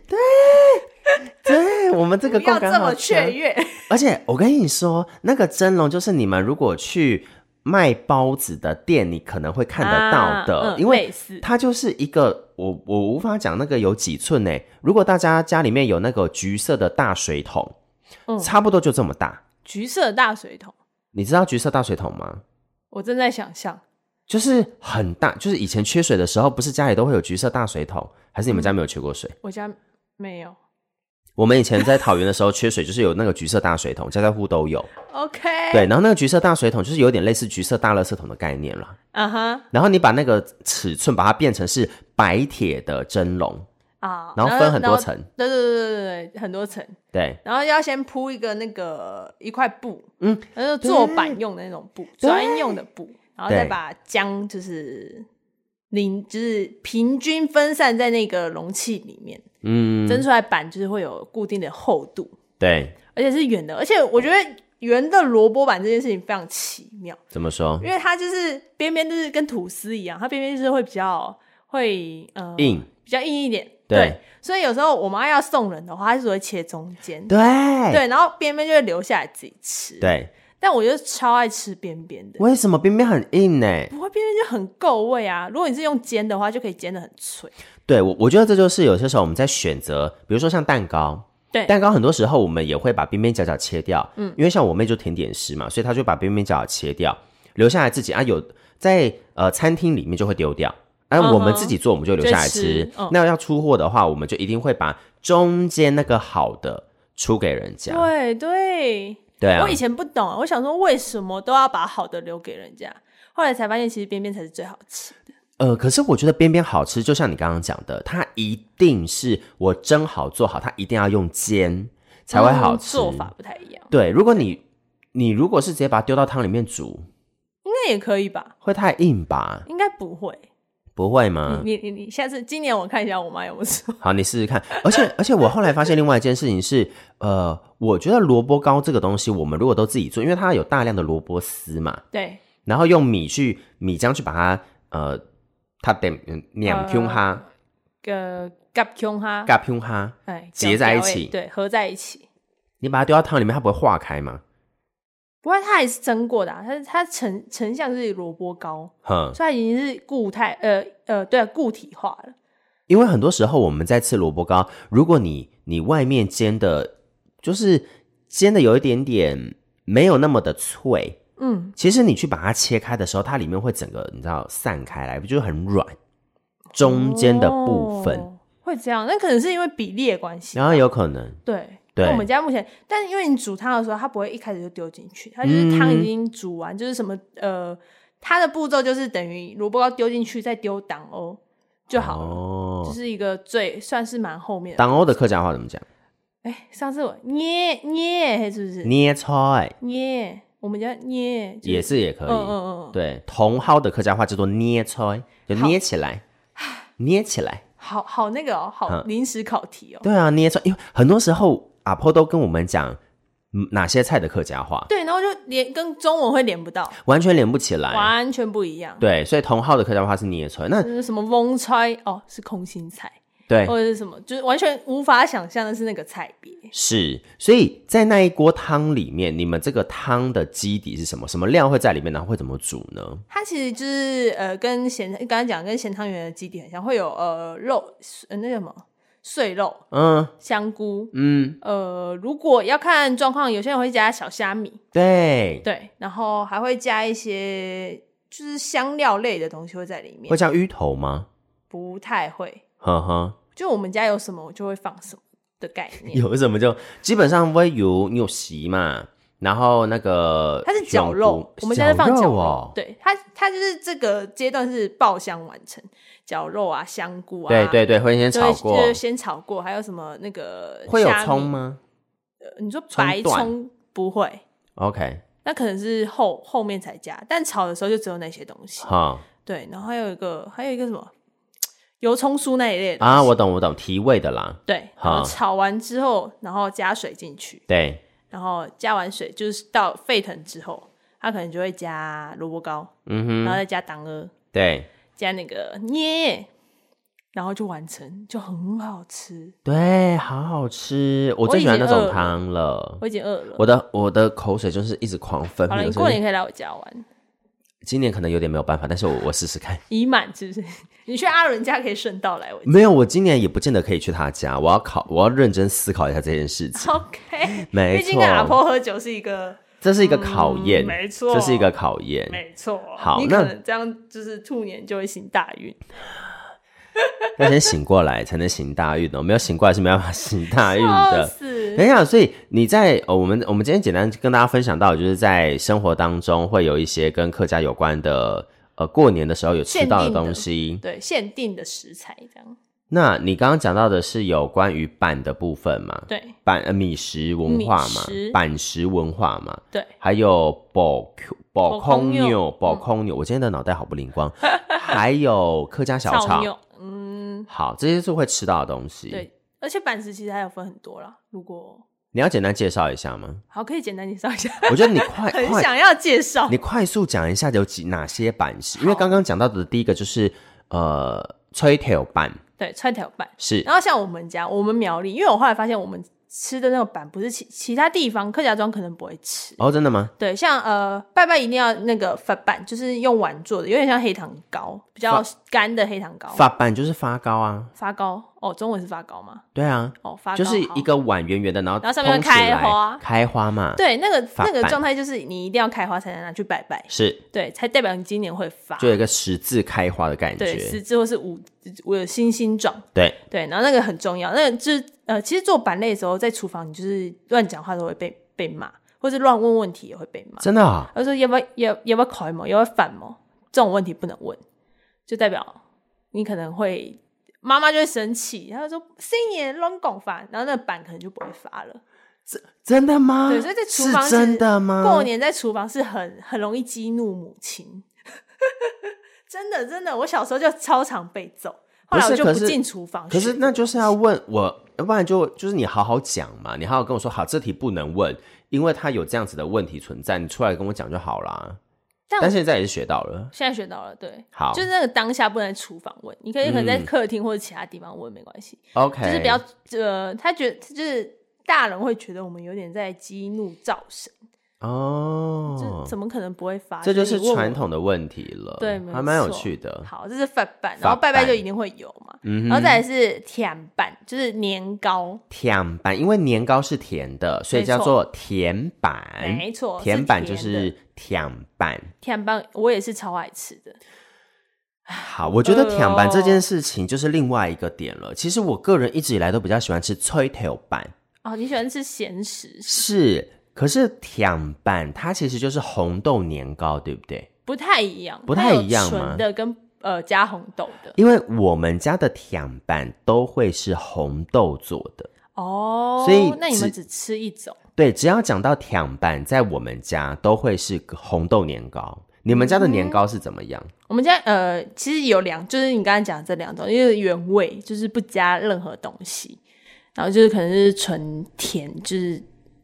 [SPEAKER 1] 对，我们 这个
[SPEAKER 3] 不要
[SPEAKER 1] 够刚
[SPEAKER 3] 这
[SPEAKER 1] 好
[SPEAKER 3] 么
[SPEAKER 1] 吃。
[SPEAKER 3] 雀跃。
[SPEAKER 1] 而且我跟你说，那个蒸笼就是你们如果去卖包子的店，你可能会看得到的，
[SPEAKER 3] 啊嗯
[SPEAKER 1] 因为
[SPEAKER 3] 类似
[SPEAKER 1] 它就是一个我我无法讲那个有几寸呢、如果大家家里面有那个橘色的大水桶，
[SPEAKER 3] 嗯
[SPEAKER 1] 差不多就这么大。
[SPEAKER 3] 橘色的大水桶，
[SPEAKER 1] 你知道橘色大水桶吗？
[SPEAKER 3] 我正在想象，
[SPEAKER 1] 就是很大，就是以前缺水的时候，不是家里都会有橘色大水桶，还是你们家没有缺过水？
[SPEAKER 3] 我家没有。
[SPEAKER 1] 我们以前在桃园的时候缺水，就是有那个橘色大水桶，家家户户都有。
[SPEAKER 3] OK，
[SPEAKER 1] 对，，然后那个橘色大水桶就是有点类似橘色大垃圾桶的概念了。
[SPEAKER 3] 啊哈
[SPEAKER 1] 然后你把那个尺寸把它变成是白铁的蒸笼，
[SPEAKER 3] 啊，
[SPEAKER 1] 然后分很多，层。
[SPEAKER 3] 然后对对对对对，很多层，
[SPEAKER 1] 对
[SPEAKER 3] 然后要先铺一个那个一块布，
[SPEAKER 1] 嗯，
[SPEAKER 3] 然后做板用的那种布，专用的布，然后再
[SPEAKER 1] 对
[SPEAKER 3] 把姜就是淋，就是平均分散在那个容器里面，
[SPEAKER 1] 嗯，
[SPEAKER 3] 蒸出来板就是会有固定的厚度，
[SPEAKER 1] 对，
[SPEAKER 3] 而且是圆的，而且我觉得圆的萝卜板这件事情非常奇妙，
[SPEAKER 1] 怎么说？
[SPEAKER 3] 因为它就是边边就是跟吐司一样，它边边就是会比较会呃
[SPEAKER 1] 硬，
[SPEAKER 3] 比较硬一点。
[SPEAKER 1] 对
[SPEAKER 3] 所以有时候我妈要送人的话，她就只会切中间，
[SPEAKER 1] 对
[SPEAKER 3] 对，然后边边就会留下来自己吃。，
[SPEAKER 1] 对，
[SPEAKER 3] 但我就超爱吃边边的，
[SPEAKER 1] 为什么冰冰很硬呢？
[SPEAKER 3] 不过边边就很够味啊。如果你是用煎的话，就可以煎的很脆。
[SPEAKER 1] 对我，我觉得这就是有些时候我们在选择，比如说像蛋糕。
[SPEAKER 3] 对
[SPEAKER 1] 蛋糕很多时候我们也会把边边角角切掉，嗯，因为像我妹就甜点师嘛，所以她就把边边角角切掉，留下来自己啊有在呃餐厅里面就会丢掉，而、
[SPEAKER 3] 嗯哼
[SPEAKER 1] 我们自己做我们就留下来吃。
[SPEAKER 3] 就吃嗯
[SPEAKER 1] 那要出货的话，我们就一定会把中间那个好的出给人家。
[SPEAKER 3] 对对，
[SPEAKER 1] 啊对啊
[SPEAKER 3] 我以，前不懂啊，我想说为什么都要把好的留给人家，后来才发现其实边边才是最好吃的。
[SPEAKER 1] 呃，可是我觉得边边好吃，就像你刚刚讲的，它一定是我蒸好做好，它一定要用煎才会好
[SPEAKER 3] 嗯
[SPEAKER 1] 吃。
[SPEAKER 3] 做法不太一样，
[SPEAKER 1] 对，如果你你如果是直接把它丢到汤里面煮，
[SPEAKER 3] 应该也可以吧？
[SPEAKER 1] 会太硬吧？
[SPEAKER 3] 应该不会。
[SPEAKER 1] 不会吗？
[SPEAKER 3] 你你你，下次今年我看一下我妈有没有说。
[SPEAKER 1] 好，你试试看。而且 而且，我后来发现另外一件事情是，呃，我觉得萝卜糕这个东西，我们如果都自己做，因为它有大量的萝卜丝嘛，
[SPEAKER 3] 对，
[SPEAKER 1] 然后用米去米浆去把它呃，它得嗯两拼哈、
[SPEAKER 3] 呃，夹胸哈，
[SPEAKER 1] 嘎拼哈，
[SPEAKER 3] 哎，
[SPEAKER 1] 结在一起
[SPEAKER 3] 搅搅欸对，合在一起。
[SPEAKER 1] 你把它丢到汤里面，它不会化开吗？
[SPEAKER 3] 不过它还是蒸过的、啊，它它成成像是萝卜糕，
[SPEAKER 1] 哼，
[SPEAKER 3] 所以它已经是固态，呃呃，对、啊，固体化了。
[SPEAKER 1] 因为很多时候我们在吃萝卜糕，如果你你外面煎的，就是煎的有一点点没有那么的脆，
[SPEAKER 3] 嗯，
[SPEAKER 1] 其实你去把它切开的时候，它里面会整个你知道散开来，不就是很软？中间的部分，
[SPEAKER 3] 哦会这样，那可能是因为比例的关系。
[SPEAKER 1] 然后有可能
[SPEAKER 3] 对，
[SPEAKER 1] 对
[SPEAKER 3] 那我们家目前，但因为你煮汤的时候，它不会一开始就丢进去，它就是汤
[SPEAKER 1] 嗯
[SPEAKER 3] 已经煮完，就是什么呃，它的步骤就是等于萝卜糕丢进去，再丢党欧就好了，就
[SPEAKER 1] 哦。
[SPEAKER 3] 是一个最算是蛮后面的。
[SPEAKER 1] 党欧的客家话怎么讲？
[SPEAKER 3] 哎，上次我捏捏是不是
[SPEAKER 1] 捏菜
[SPEAKER 3] 捏？我们家捏就是
[SPEAKER 1] 也是也可
[SPEAKER 3] 嗯
[SPEAKER 1] 以。
[SPEAKER 3] 嗯嗯嗯，
[SPEAKER 1] 对，茼蒿的客家话叫做捏菜，就捏起来，捏起来。
[SPEAKER 3] 好好那个哦，好
[SPEAKER 1] 嗯
[SPEAKER 3] 临时考题哦。
[SPEAKER 1] 对啊，捏菜，因为很多时候阿婆都跟我们讲嗯哪些菜的客家话，
[SPEAKER 3] 对，然后就连跟中文会连不到，
[SPEAKER 1] 完全连不起来。
[SPEAKER 3] 完全不一样。
[SPEAKER 1] 哎对，所以茼蒿的客家话是捏菜。那
[SPEAKER 3] 就是什么翁菜哦，是空心菜。
[SPEAKER 1] 对，
[SPEAKER 3] 或者是什么，就是完全无法想象的是那个菜别。
[SPEAKER 1] 是，所以在那一锅汤里面，你们这个汤的基底是什么？什么料会在里面？然后会怎么煮呢？
[SPEAKER 3] 它其实就是呃，跟咸刚刚讲跟咸汤圆的基底很像，会有呃肉呃那个什么碎肉、
[SPEAKER 1] 嗯
[SPEAKER 3] 香菇，
[SPEAKER 1] 嗯，
[SPEAKER 3] 呃，如果要看状况，有些人会加小虾米，
[SPEAKER 1] 对，
[SPEAKER 3] 对，然后还会加一些就是香料类的东西会在里面
[SPEAKER 1] 会，像芋头吗？
[SPEAKER 3] 不太会，
[SPEAKER 1] 呵呵，
[SPEAKER 3] 就我们家有什么我就会放什么的概念。
[SPEAKER 1] 有什么就基本上会有牛席嘛，然后那个
[SPEAKER 3] 它是绞肉
[SPEAKER 1] 香，菇
[SPEAKER 3] 我们家在放绞
[SPEAKER 1] 绞
[SPEAKER 3] 肉，
[SPEAKER 1] 哦，
[SPEAKER 3] 对它，它就是这个阶段是爆香完成，绞肉啊、香菇啊，
[SPEAKER 1] 对对对，会先
[SPEAKER 3] 就
[SPEAKER 1] 炒
[SPEAKER 3] 会
[SPEAKER 1] 过
[SPEAKER 3] 就，是先炒过，还有什么那个
[SPEAKER 1] 会有
[SPEAKER 3] 虾米
[SPEAKER 1] 葱？吗
[SPEAKER 3] 呃你说
[SPEAKER 1] 葱
[SPEAKER 3] 白
[SPEAKER 1] 段
[SPEAKER 3] 葱不会，
[SPEAKER 1] ？OK，
[SPEAKER 3] 那可能是后后面才加，但炒的时候就只有那些东西。
[SPEAKER 1] 好
[SPEAKER 3] 对，然后还有一个还有一个什么油葱酥那一类的
[SPEAKER 1] 啊，
[SPEAKER 3] 东西
[SPEAKER 1] 我懂我懂，提味的啦，
[SPEAKER 3] 对，
[SPEAKER 1] 好
[SPEAKER 3] 然后炒完之后，然后加水进去，
[SPEAKER 1] 对，
[SPEAKER 3] 然后加完水就是到沸腾之后，它可能就会加萝卜糕，
[SPEAKER 1] 嗯
[SPEAKER 3] 然后
[SPEAKER 1] 哼，
[SPEAKER 3] 再加党鹅，
[SPEAKER 1] 对
[SPEAKER 3] 加那个捏，然后就完成，就很好吃。
[SPEAKER 1] 对，好好吃，我
[SPEAKER 3] 我
[SPEAKER 1] 最
[SPEAKER 3] 已
[SPEAKER 1] 喜欢
[SPEAKER 3] 经
[SPEAKER 1] 那
[SPEAKER 3] 饿
[SPEAKER 1] 种
[SPEAKER 3] 了
[SPEAKER 1] 汤了。
[SPEAKER 3] 我已经饿了。
[SPEAKER 1] 我的我的口水就是一直狂分
[SPEAKER 3] 好
[SPEAKER 1] 泌，
[SPEAKER 3] 了，
[SPEAKER 1] 有
[SPEAKER 3] 你
[SPEAKER 1] 时候
[SPEAKER 3] 过年可以来我家玩。
[SPEAKER 1] 今年可能有点没有办法，但是我我试试看。
[SPEAKER 3] 已满是不 是？你去阿伦家可以顺道 来我家。
[SPEAKER 1] 没有，我今年也不见得可以去他家，我要考，我要认真思考一下这件事情。
[SPEAKER 3] OK，
[SPEAKER 1] 没
[SPEAKER 3] 毕竟跟阿
[SPEAKER 1] 错，
[SPEAKER 3] 婆喝酒是一个，
[SPEAKER 1] 这是一个考验，
[SPEAKER 3] 嗯没错
[SPEAKER 1] 这是一个考验。
[SPEAKER 3] 没错。
[SPEAKER 1] 好
[SPEAKER 3] 你
[SPEAKER 1] 那
[SPEAKER 3] 可能这样就是兔年就会行大运。
[SPEAKER 1] 要先醒过来才能行大运哦，没有醒过来是没办法行大运
[SPEAKER 3] 笑
[SPEAKER 1] 的。
[SPEAKER 3] 死！
[SPEAKER 1] 等一下，所以你在呃，我们我们今天简单跟大家分享到，就是在生活当中会有一些跟客家有关的，呃，过年的时候有吃到
[SPEAKER 3] 限定的
[SPEAKER 1] 东西。
[SPEAKER 3] 对，限定的食材这样。
[SPEAKER 1] 那你刚刚讲到的是有关于板的部分嘛？
[SPEAKER 3] 对
[SPEAKER 1] 板呃米食文化嘛
[SPEAKER 3] 米食，
[SPEAKER 1] 板食文化嘛，
[SPEAKER 3] 对，
[SPEAKER 1] 还有宝 Q 宝空
[SPEAKER 3] 空妞
[SPEAKER 1] 牛、宝
[SPEAKER 3] 嗯
[SPEAKER 1] 空牛，我今天的脑袋好不灵光。 还有客家小
[SPEAKER 3] 草
[SPEAKER 1] 炒，
[SPEAKER 3] 牛，嗯，
[SPEAKER 1] 好，这些是会吃到的东西。
[SPEAKER 3] 对。而且板石其实还有分很多啦，如果
[SPEAKER 1] 你要简单介绍一下吗？
[SPEAKER 3] 好，可以简单介绍一下。
[SPEAKER 1] 我觉得你快
[SPEAKER 3] 很
[SPEAKER 1] 快，
[SPEAKER 3] 想要介绍
[SPEAKER 1] 你快速讲一下有几哪些版式，因为刚刚讲到的第一个就是呃吹条版
[SPEAKER 3] 对川条板。
[SPEAKER 1] 是
[SPEAKER 3] 然后像我们家，我们苗栗，因为我后来发现我们吃的那个板不是其其他地方客家庄可能不会吃。
[SPEAKER 1] 哦，真的吗？
[SPEAKER 3] 对，像呃拜拜一定要那个发板，就是用碗做的，有点像黑糖糕，比较干的黑糖糕。
[SPEAKER 1] 发版就是发糕啊，
[SPEAKER 3] 发糕哦，中文是发糕吗？
[SPEAKER 1] 对啊，
[SPEAKER 3] 哦，发糕
[SPEAKER 1] 就是一。
[SPEAKER 3] 好
[SPEAKER 1] 个碗圆圆的，然后
[SPEAKER 3] 然后上面会
[SPEAKER 1] 蓬起来
[SPEAKER 3] 开花
[SPEAKER 1] 开花嘛，，
[SPEAKER 3] 对，那个
[SPEAKER 1] 发
[SPEAKER 3] 那个
[SPEAKER 1] 板
[SPEAKER 3] 状态就是你一定要开花才能拿去拜拜，
[SPEAKER 1] 是
[SPEAKER 3] 对，才代表你今年会发。
[SPEAKER 1] 就有一个十字开花的感
[SPEAKER 3] 对，
[SPEAKER 1] 觉，
[SPEAKER 3] 十字或是五五星星状，
[SPEAKER 1] 对，
[SPEAKER 3] 对，然后那个很重要，那个就是呃，其实做板类的时候，在厨房你就是乱讲话都会被被骂，或是乱问问题也会被骂。
[SPEAKER 1] 真的啊，
[SPEAKER 3] 他说要不要要要不要考某，要不要反某，这种问题不能问，就代表你可能会妈妈就会生气，她就说新年乱拱发，然后那个板可能就不会发了。
[SPEAKER 1] 真的吗？
[SPEAKER 3] 对，所以在厨
[SPEAKER 1] 是
[SPEAKER 3] 房其实
[SPEAKER 1] 真的吗？
[SPEAKER 3] 过年在厨房是很很容易激怒母亲， 真的真的，我小时候就超常被揍，后来
[SPEAKER 1] 不
[SPEAKER 3] 我
[SPEAKER 1] 是
[SPEAKER 3] 就
[SPEAKER 1] 可
[SPEAKER 3] 不
[SPEAKER 1] 是
[SPEAKER 3] 进厨房
[SPEAKER 1] 可
[SPEAKER 3] 去
[SPEAKER 1] 是那就是要问我，要不然就就是你好好讲嘛，你好好跟我说，好，这题不能问，因为它有这样子的问题存在，你出来跟我讲就好啦。
[SPEAKER 3] 但
[SPEAKER 1] 但现在也是学到了，
[SPEAKER 3] 现在学到了，对，
[SPEAKER 1] 好，嗯
[SPEAKER 3] 就是那个当下不能在厨房问，你可以可能在客厅或者其他地方问、没关系，
[SPEAKER 1] OK，
[SPEAKER 3] 就是比较呃，他觉得就是大人会觉得我们有点在激怒造神，
[SPEAKER 1] 哦
[SPEAKER 3] 这，怎么可能不会发？
[SPEAKER 1] 嗯这就
[SPEAKER 3] 你
[SPEAKER 1] 是
[SPEAKER 3] 问我
[SPEAKER 1] 传。统的问题了，
[SPEAKER 3] 对，没
[SPEAKER 1] 还蛮有
[SPEAKER 3] 错
[SPEAKER 1] 趣的，
[SPEAKER 3] 好，这是饭板，
[SPEAKER 1] 饭
[SPEAKER 3] 然后拜拜
[SPEAKER 1] 板
[SPEAKER 3] 就一定会有嘛，
[SPEAKER 1] 嗯哼
[SPEAKER 3] 然后再来是甜板，就是年糕，
[SPEAKER 1] 甜版，因为年糕是甜的，所以
[SPEAKER 3] 没
[SPEAKER 1] 叫
[SPEAKER 3] 错
[SPEAKER 1] 做甜版，
[SPEAKER 3] 没错，是
[SPEAKER 1] 哎甜版
[SPEAKER 3] 甜
[SPEAKER 1] 就
[SPEAKER 3] 的
[SPEAKER 1] 是甜版。
[SPEAKER 3] 甜板，我也是超爱吃的。
[SPEAKER 1] 好，我觉得
[SPEAKER 3] 饿
[SPEAKER 1] 甜版这件
[SPEAKER 3] 哦
[SPEAKER 1] 事情就是另外一个点了。其实我个人一直以来都比较喜欢吃脆条版，
[SPEAKER 3] 哦，你喜欢吃咸食？
[SPEAKER 1] 是，可是甜版它其实就是红豆年糕，对不对？
[SPEAKER 3] 不太一样，
[SPEAKER 1] 不
[SPEAKER 3] 它
[SPEAKER 1] 太
[SPEAKER 3] 有
[SPEAKER 1] 一样吗
[SPEAKER 3] 纯的跟呃加红豆的
[SPEAKER 1] 因为我们家的甜版都会是红豆做的，
[SPEAKER 3] 哦，
[SPEAKER 1] 所以
[SPEAKER 3] 那你们
[SPEAKER 1] 只
[SPEAKER 3] 只吃一种
[SPEAKER 1] 对，只要讲到甜版，在我们家都会是红豆年糕。你们家的年糕是怎么样？
[SPEAKER 3] 我们家呃，其实有两，就是你刚才讲的这两种，因为原味就是不加任何东西，然后就是可能是纯甜，就是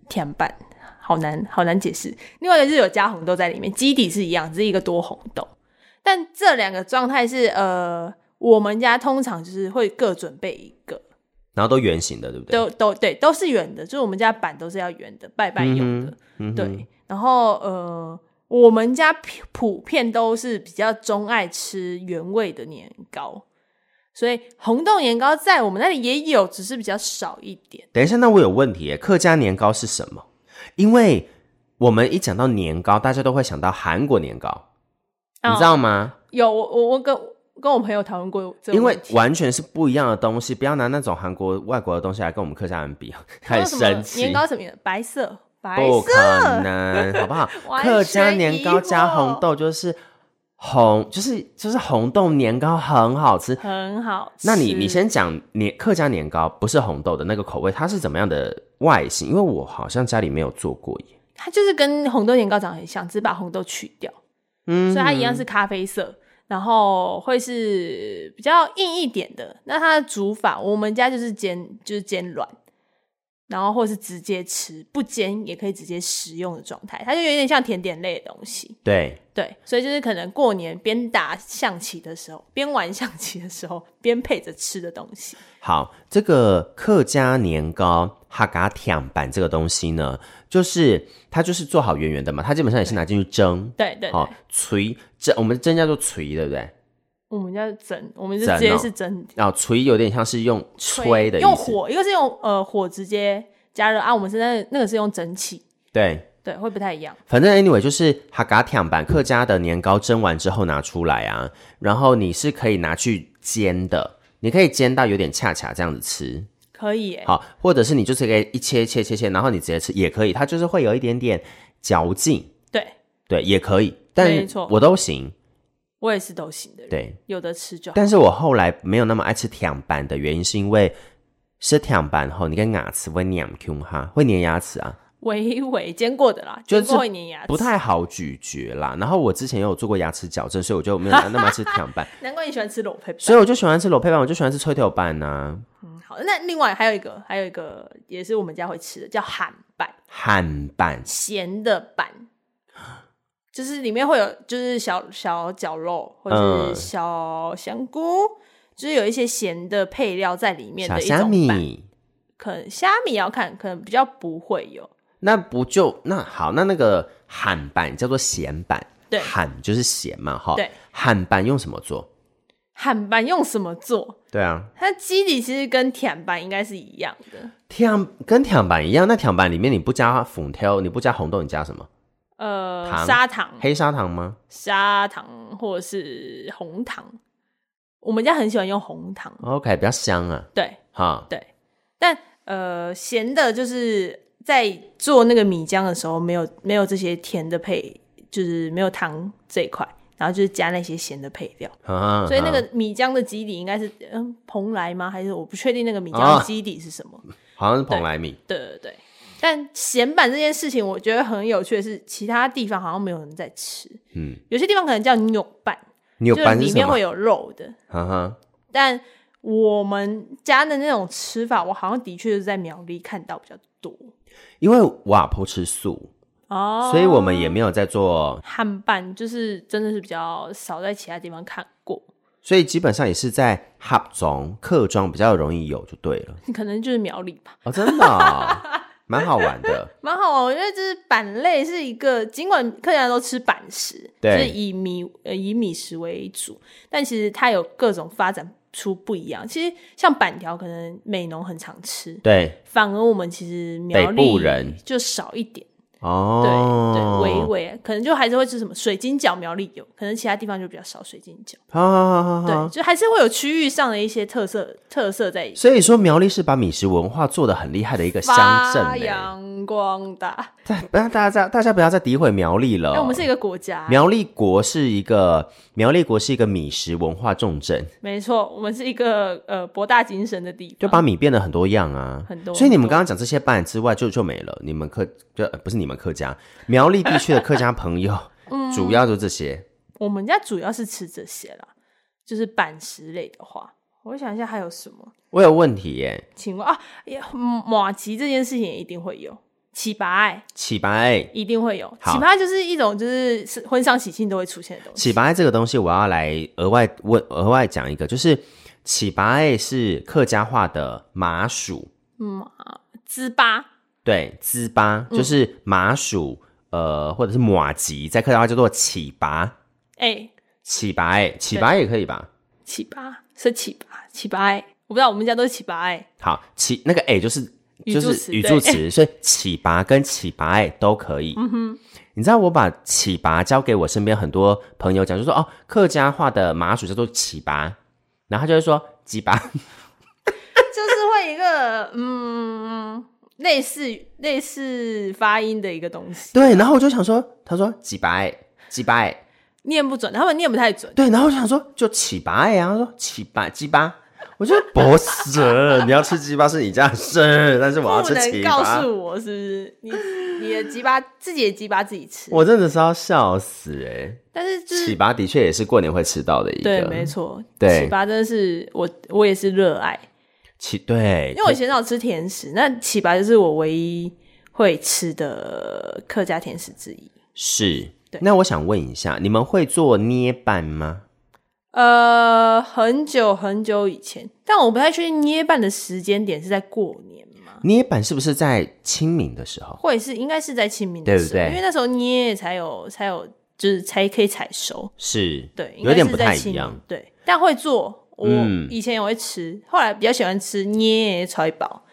[SPEAKER 3] 甜版，好难好难解释。另外一个就是有加红豆在里面，基底是一样，只是一个多红豆。但这两个状态是呃，我们家通常就是会各准备一个，
[SPEAKER 1] 然后都圆形的，对不对？
[SPEAKER 3] 都都对，都是圆的，就是我们家板都是要圆的，拜拜用的。
[SPEAKER 1] 嗯哼
[SPEAKER 3] 对，然后呃，我们家普普遍都是比较钟爱吃原味的年糕，所以红豆年糕在我们那里也有，只是比较少一点。
[SPEAKER 1] 等一下，那我有问题耶，客家年糕是什么？因为我们一讲到年糕，大家都会想到韩国年糕，你知
[SPEAKER 3] 哦、
[SPEAKER 1] 道吗？
[SPEAKER 3] 有我我我跟跟我朋友讨论过这个
[SPEAKER 1] 因为
[SPEAKER 3] 问题，
[SPEAKER 1] 完全是不一样的东西，不要拿那种韩国、外国的东西来跟我们客家人比，
[SPEAKER 3] 他
[SPEAKER 1] 很
[SPEAKER 3] 说哦什么
[SPEAKER 1] 生气
[SPEAKER 3] 年。糕什么的白色白
[SPEAKER 1] 不
[SPEAKER 3] 色，
[SPEAKER 1] 可能，好不 好
[SPEAKER 3] 完？全
[SPEAKER 1] 客家年糕加
[SPEAKER 3] 疑惑
[SPEAKER 1] 红豆就是红，就是就是红豆年糕很好吃。
[SPEAKER 3] 很好吃。
[SPEAKER 1] 那你你先讲年客家年糕不是红豆的那个口味，它是怎么样的外形？因为我好像家里没有做过耶。
[SPEAKER 3] 它就是跟红豆年糕长得很像，只是把红豆去掉。
[SPEAKER 1] 嗯
[SPEAKER 3] 所以它一样是咖啡色，然后会是比较硬一点的。那它的煮法，我们家就是煎，就是煎软，然后或是直接吃，不煎也可以直接食用的状态。它就有点像甜点类的东西，
[SPEAKER 1] 对，
[SPEAKER 3] 对。所以就是可能过年边打象棋的时候，边玩象棋的时候，边配着吃的东西。
[SPEAKER 1] 好，这个客家年糕哈嘎甜版这个东西呢，就是它就是做好圆圆的嘛，它基本上也是拿进去蒸，
[SPEAKER 3] 对对
[SPEAKER 1] 好
[SPEAKER 3] 对
[SPEAKER 1] 锤蒸，我们蒸叫做锤，对不对？
[SPEAKER 3] 我们家蒸，我们就
[SPEAKER 1] 蒸哦
[SPEAKER 3] 直接是蒸
[SPEAKER 1] 啊，锤有点像是用吹的意思，
[SPEAKER 3] 用火，一个是用呃火直接加热啊，我们现在那个是用蒸汽，
[SPEAKER 1] 对。
[SPEAKER 3] 对，会不太一样。
[SPEAKER 1] 反正 anyway 就是哈嘎甜版客家的年糕蒸完之后拿出来啊，然后你是可以拿去煎的，你可以煎到有点恰恰这样子吃，
[SPEAKER 3] 可以耶，
[SPEAKER 1] 好，或者是你就是可以一切切切切，然后你直接吃也可以，它就是会有一点点嚼劲，
[SPEAKER 3] 对
[SPEAKER 1] 对，也可以，但
[SPEAKER 3] 没错
[SPEAKER 1] 我都行。
[SPEAKER 3] 我也是都行的人，
[SPEAKER 1] 对，
[SPEAKER 3] 有的吃就好。
[SPEAKER 1] 但是我后来没有那么爱吃甜版的原因，是因为吃甜版后，你跟牙齿会黏 Q 哈，会粘牙齿啊。
[SPEAKER 3] 微微煎过的啦，
[SPEAKER 1] 就
[SPEAKER 3] 煎
[SPEAKER 1] 是
[SPEAKER 3] 过一年啊牙齿，
[SPEAKER 1] 不太好咀嚼啦。然后我之前也有做过牙齿矫正，所以我就没有那么爱吃甜 板，
[SPEAKER 3] 难怪你喜欢吃裸配。
[SPEAKER 1] 所以我就喜欢吃裸配板，我就喜欢吃脆条板啊呐、
[SPEAKER 3] 嗯好，那另外还有一个，还有一个也是我们家会吃的，叫韩版，
[SPEAKER 1] 汉板。
[SPEAKER 3] 咸的 版，就是里面会有就是小小绞肉或者
[SPEAKER 1] 嗯
[SPEAKER 3] 是小香菇，就是有一些咸的配料在里面
[SPEAKER 1] 小
[SPEAKER 3] 的一
[SPEAKER 1] 虾
[SPEAKER 3] 种版。
[SPEAKER 1] 米，
[SPEAKER 3] 可能虾米要看，可能比较不会有。
[SPEAKER 1] 那不就那好？那那个汉板叫做咸板，
[SPEAKER 3] 对
[SPEAKER 1] 汉就是咸嘛，哈，
[SPEAKER 3] 对，
[SPEAKER 1] 汉板用什么做？
[SPEAKER 3] 汉版用什么做？
[SPEAKER 1] 对啊，
[SPEAKER 3] 它基底其实跟甜版应该是一样的，
[SPEAKER 1] 甜跟甜板一样，那甜板里面你不加粉条，你不加红豆，你加什么？
[SPEAKER 3] 呃，
[SPEAKER 1] 糖
[SPEAKER 3] 砂糖、
[SPEAKER 1] 黑砂糖吗？
[SPEAKER 3] 砂糖或者是红糖，我们家很喜欢用红糖，
[SPEAKER 1] OK，比较香啊，
[SPEAKER 3] 对
[SPEAKER 1] 哈，
[SPEAKER 3] 对。但呃，咸的就是在做那个米浆的时候，没有没有这些甜的配，就是没有糖这一块，然后就是加那些咸的配料，
[SPEAKER 1] 啊，
[SPEAKER 3] 所以那
[SPEAKER 1] 啊
[SPEAKER 3] 个米浆的基底应该是嗯蓬莱吗？还是我不确定那个米浆
[SPEAKER 1] 啊
[SPEAKER 3] 的基底是什 么？
[SPEAKER 1] 好像是蓬莱米，
[SPEAKER 3] 对对对。但咸版这件事情，我觉得很有趣的是，其他地方好像没有人在吃，
[SPEAKER 1] 嗯，
[SPEAKER 3] 有些地方可能叫扭拌，
[SPEAKER 1] 你有
[SPEAKER 3] 就是
[SPEAKER 1] 搬是
[SPEAKER 3] 里
[SPEAKER 1] 什
[SPEAKER 3] 面
[SPEAKER 1] 么
[SPEAKER 3] 会？有肉的，
[SPEAKER 1] 哈哈，
[SPEAKER 3] 但我们家的那种吃法，我好像的确是在苗栗看到比较多
[SPEAKER 1] 因为我阿婆吃素，
[SPEAKER 3] 哦，
[SPEAKER 1] 所以我们也没有在做，
[SPEAKER 3] 汉拌就是真的是比较少在其他地方看过，
[SPEAKER 1] 所以基本上也是在哈中客庄比较容易有就对了。
[SPEAKER 3] 可能就是苗栗吧，
[SPEAKER 1] 哦，真的 哦、蛮好玩的。
[SPEAKER 3] 蛮好玩。我觉得就是板类是一个，尽管客家人都吃板食，就
[SPEAKER 1] 对
[SPEAKER 3] 是以米呃以米食为主，但其实它有各种发展出不一样。其实像板条，可能美农很常吃，
[SPEAKER 1] 对，
[SPEAKER 3] 反而我们其实苗
[SPEAKER 1] 北部
[SPEAKER 3] 栗
[SPEAKER 1] 人
[SPEAKER 3] 就少一点。
[SPEAKER 1] 哦，
[SPEAKER 3] 对对，微微可能就还是会吃什么水晶饺，苗栗有，可能其他地方就比较少水晶饺。
[SPEAKER 1] 好好好好
[SPEAKER 3] 对，
[SPEAKER 1] 好。
[SPEAKER 3] 就还是会有区域上的一些特色特色在
[SPEAKER 1] 所以说，苗栗是把米食文化做的很厉害的一个乡镇、
[SPEAKER 3] 发
[SPEAKER 1] 欸。
[SPEAKER 3] 扬光大。
[SPEAKER 1] 但不要大家大家不要再诋毁苗栗了。
[SPEAKER 3] 哎、我们是一个国家，
[SPEAKER 1] 哦苗栗国是一个苗栗国是一个米食文化重镇，
[SPEAKER 3] 没错，我们是一个呃博大精深的地方，
[SPEAKER 1] 就把米变得很多样啊，
[SPEAKER 3] 嗯很多
[SPEAKER 1] 所以你们
[SPEAKER 3] 很多
[SPEAKER 1] 刚刚讲这些办之外就，就没了。你们客就呃不是你们客家，苗栗地区的客家朋 友，
[SPEAKER 3] 嗯
[SPEAKER 1] 主要就这些。
[SPEAKER 3] 我们家主要是吃这些啦，就是板食类的话，我想一下还有什么？
[SPEAKER 1] 我有问题耶，
[SPEAKER 3] 请问啊，也嗯马吉这件事情也一定会有，起拔爱
[SPEAKER 1] 起白
[SPEAKER 3] 一定会有，
[SPEAKER 1] 好
[SPEAKER 3] 起拔爱就是一种就是是婚丧喜庆都会出现的东西。
[SPEAKER 1] 起白这个东西，我要来额外问额外讲一个，就是起白是客家话的麻薯，
[SPEAKER 3] 糍粑，
[SPEAKER 1] 对，糍粑
[SPEAKER 3] 嗯
[SPEAKER 1] 就是麻薯，呃，或者是马吉，在客家话叫做起拔，
[SPEAKER 3] 哎、
[SPEAKER 1] 起白起白也可以吧？
[SPEAKER 3] 起拔是起拔，起拔哎，我不知道我们家都是起拔哎，
[SPEAKER 1] 好，起那个 a 就是
[SPEAKER 3] 语
[SPEAKER 1] 就
[SPEAKER 3] 助
[SPEAKER 1] 是
[SPEAKER 3] 词
[SPEAKER 1] 语
[SPEAKER 3] 对
[SPEAKER 1] 助 词，所以起拔跟起拔哎都可以。嗯哼，你知道我把起拔交给我身边很多朋友讲，就说哦，客家话的麻薯叫做起拔，然后他就会说鸡拔，
[SPEAKER 3] 就是会一个嗯类似类似发音的一个东西，
[SPEAKER 1] 对，然后我就想说，他说哎几白几白，
[SPEAKER 3] 念不准，他们念不太准，
[SPEAKER 1] 对，然后我就想说就起白啊，他说起白鸡巴，我 觉得不是，你要吃鸡巴是你家的事，但是我要
[SPEAKER 3] 不
[SPEAKER 1] 吃
[SPEAKER 3] 能
[SPEAKER 1] 起
[SPEAKER 3] 告
[SPEAKER 1] 拔，
[SPEAKER 3] 诉我是不是你你的鸡巴自己的鸡巴自己吃，
[SPEAKER 1] 我真的是要笑死哎、
[SPEAKER 3] 但是就
[SPEAKER 1] 起
[SPEAKER 3] 是
[SPEAKER 1] 拔的确也是过年会吃到的一个，
[SPEAKER 3] 对，没错，
[SPEAKER 1] 对
[SPEAKER 3] 起拔真的是我我也是热爱，
[SPEAKER 1] 起对，
[SPEAKER 3] 因为我以前很少吃甜食，那起拔就是我唯一会吃的客家甜食之一。
[SPEAKER 1] 是
[SPEAKER 3] 对。
[SPEAKER 1] 那我想问一下，你们会做捏板吗？
[SPEAKER 3] 呃，很久很久以前，但我不太确定捏办的时间点是在过年吗？
[SPEAKER 1] 捏板是不是在清明的时候？
[SPEAKER 3] 会是应该是在清明的时
[SPEAKER 1] 对
[SPEAKER 3] 候，
[SPEAKER 1] 不对
[SPEAKER 3] 因为那时候捏才有才有就是才可以采收，
[SPEAKER 1] 是，
[SPEAKER 3] 对，应
[SPEAKER 1] 有
[SPEAKER 3] 该
[SPEAKER 1] 点
[SPEAKER 3] 是
[SPEAKER 1] 不
[SPEAKER 3] 在
[SPEAKER 1] 太
[SPEAKER 3] 清
[SPEAKER 1] 一
[SPEAKER 3] 明
[SPEAKER 1] 样。，
[SPEAKER 3] 对，但会做，我
[SPEAKER 1] 嗯
[SPEAKER 3] 以前也会吃，后来比较喜欢吃捏菜包，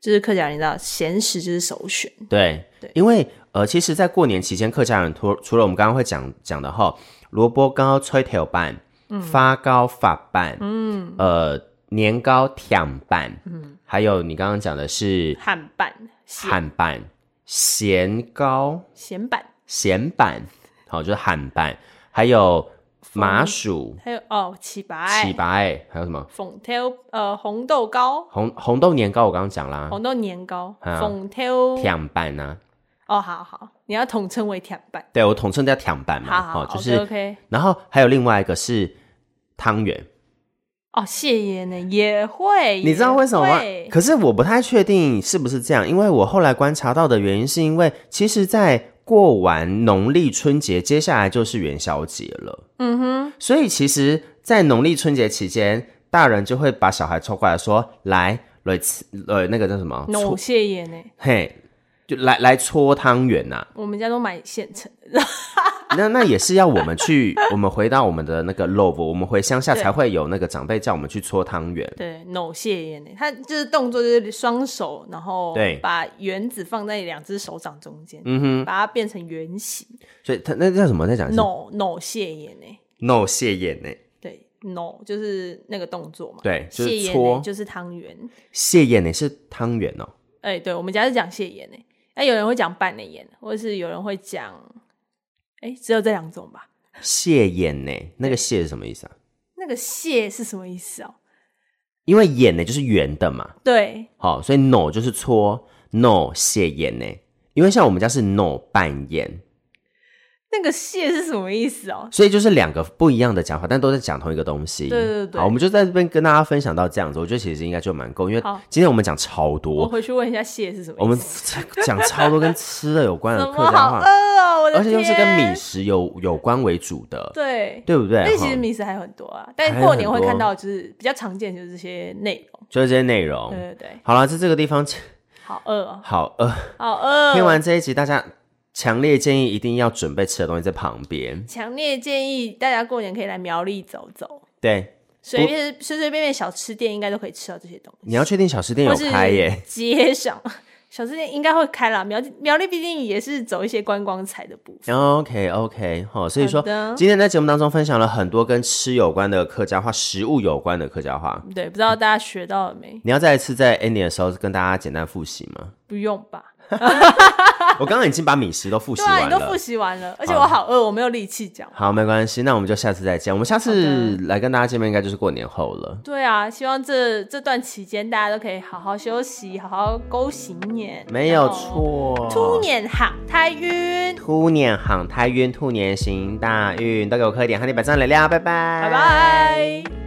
[SPEAKER 3] 就是客家人知道咸食就是首选，
[SPEAKER 1] 对，
[SPEAKER 3] 对
[SPEAKER 1] 因为呃，其实，在过年期间，客家人除除了我们刚刚会讲讲的哈，萝卜糕、吹条板、
[SPEAKER 3] 嗯
[SPEAKER 1] 发糕、发板，嗯，呃，年糕、甜板，嗯，还有你刚刚讲的是
[SPEAKER 3] 汉拌咸
[SPEAKER 1] 汉板、咸糕、
[SPEAKER 3] 咸拌
[SPEAKER 1] 咸板，好，就是汉板，还有麻薯、
[SPEAKER 3] 还有哦，起白、
[SPEAKER 1] 起白，还有什么
[SPEAKER 3] 粉条，呃，红豆糕、
[SPEAKER 1] 红红豆年糕，我刚刚讲啦，
[SPEAKER 3] 红豆年糕、
[SPEAKER 1] 啊
[SPEAKER 3] 粉条，
[SPEAKER 1] 甜板呐、
[SPEAKER 3] 哦，好好，你要统称为甜板，
[SPEAKER 1] 对我统称叫甜板嘛，
[SPEAKER 3] 好好
[SPEAKER 1] 哦，就
[SPEAKER 3] OK，
[SPEAKER 1] 是
[SPEAKER 3] OK
[SPEAKER 1] 然后还有另外一个是汤圆，
[SPEAKER 3] 哦，谢爷呢也会，
[SPEAKER 1] 你知道
[SPEAKER 3] 也
[SPEAKER 1] 为什么吗
[SPEAKER 3] 会？
[SPEAKER 1] 可是我不太确定是不是这样，因为我后来观察到的原因是因为，其实，在过完农历春节，接下来就是元宵节了，
[SPEAKER 3] 嗯哼，
[SPEAKER 1] 所以其实，在农历春节期间，大人就会把小孩抽过来说：“来，来吃，呃，那个叫什么？
[SPEAKER 3] 农
[SPEAKER 1] 搓
[SPEAKER 3] 谢爷呢，
[SPEAKER 1] 嘿，就来来搓汤圆呐、
[SPEAKER 3] 我们家都买现成的，
[SPEAKER 1] 那那也是要我们去，我们回到我们的那个 love，我们回乡下
[SPEAKER 3] 对
[SPEAKER 1] 才会有那个长辈叫我们去搓汤圆。
[SPEAKER 3] 对，农谢爷呢，他就是动作就是双手，然后
[SPEAKER 1] 对
[SPEAKER 3] 把原子放在两只手掌中间，
[SPEAKER 1] 嗯哼，
[SPEAKER 3] 把它变成圆形，
[SPEAKER 1] 所以他那叫什么？再讲一次。
[SPEAKER 3] 农农谢爷呢，
[SPEAKER 1] no 谢眼呢、
[SPEAKER 3] 对，no 就是那个动作嘛，
[SPEAKER 1] 对就是
[SPEAKER 3] 谢爷
[SPEAKER 1] 搓
[SPEAKER 3] 呢就是汤圆。
[SPEAKER 1] 蟹眼呢是汤圆哦，
[SPEAKER 3] 哎、对，我们家是讲蟹盐诶、那、有人会讲半内盐，或者是有人会讲，哎、只有这两种吧。
[SPEAKER 1] 蟹眼呢，那个蟹是什么意思啊？
[SPEAKER 3] 那个蟹是什么意思哦？
[SPEAKER 1] 因为眼呢就是圆的嘛，
[SPEAKER 3] 对，
[SPEAKER 1] 好、所以 no 就是搓 no 蟹眼呢，因为像我们家是 no 半眼，
[SPEAKER 3] 那个蟹是什么意思哦？
[SPEAKER 1] 所以就是两个不一样的讲法，但都在讲同一个东西。
[SPEAKER 3] 对对对
[SPEAKER 1] 好，我们就在这边跟大家分享到这样子，我觉得其实应该就蛮够，因为
[SPEAKER 3] 好
[SPEAKER 1] 今天我们讲超
[SPEAKER 3] 我
[SPEAKER 1] 多，
[SPEAKER 3] 回去问一下蟹是什么意思。
[SPEAKER 1] 我们讲超多跟吃的有关的
[SPEAKER 3] 怎
[SPEAKER 1] 客
[SPEAKER 3] 么
[SPEAKER 1] 家
[SPEAKER 3] 好
[SPEAKER 1] 话
[SPEAKER 3] 饿，哦？我的
[SPEAKER 1] 而且又是跟米
[SPEAKER 3] 天
[SPEAKER 1] 食有有关为主的，
[SPEAKER 3] 对。
[SPEAKER 1] 对不对？
[SPEAKER 3] 但其实
[SPEAKER 1] 哈
[SPEAKER 3] 米食还有很多啊，但
[SPEAKER 1] 还
[SPEAKER 3] 是
[SPEAKER 1] 有
[SPEAKER 3] 过
[SPEAKER 1] 很
[SPEAKER 3] 年会
[SPEAKER 1] 多
[SPEAKER 3] 看到，就是比较常见就是这些内容。
[SPEAKER 1] 就是这些内容。
[SPEAKER 3] 对对对，
[SPEAKER 1] 好了，在这个地方，
[SPEAKER 3] 好饿哦，
[SPEAKER 1] 好呃。
[SPEAKER 3] 好 饿、哦。
[SPEAKER 1] 听完这一集，大家强烈建议一定要准备吃的东西在旁边。
[SPEAKER 3] 强烈建议大家过年可以来苗栗走走，
[SPEAKER 1] 对，
[SPEAKER 3] 随便随随便便小吃店应该都可以吃到这些东西。
[SPEAKER 1] 你要确定小吃店
[SPEAKER 3] 或
[SPEAKER 1] 有
[SPEAKER 3] 是
[SPEAKER 1] 开耶。
[SPEAKER 3] 街上小 吃店应该会开啦。苗苗栗毕竟也是走一些观光彩的部分。
[SPEAKER 1] OK OK，好，所以说
[SPEAKER 3] 好的
[SPEAKER 1] 今天在节目当中分享了很多跟吃有关的客家话、食物有关的客家话。
[SPEAKER 3] 对，不知道大家学到了没？
[SPEAKER 1] 你要再一次在 ending 的时候跟大家简单复习 吗？
[SPEAKER 3] 不用吧？
[SPEAKER 1] 我刚刚已经把米食都复习
[SPEAKER 3] 对啊，
[SPEAKER 1] 完
[SPEAKER 3] 你都
[SPEAKER 1] 了。
[SPEAKER 3] 复习完
[SPEAKER 1] 嗯
[SPEAKER 3] 了，而且我好饿，我没有力气讲。
[SPEAKER 1] 好，没关系，那我们就下次再见。我们下次
[SPEAKER 3] 好
[SPEAKER 1] 来跟大家见面，应该就是过年后了。
[SPEAKER 3] 对啊，希望这这段期间大家都可以好好休息，好好勾行年，
[SPEAKER 1] 没有
[SPEAKER 3] 然后。
[SPEAKER 1] 错，
[SPEAKER 3] 兔年好开运，
[SPEAKER 1] 兔年行太运，兔年行大运，都给我喝一点，喝点百丈能量，拜拜，
[SPEAKER 3] 拜拜。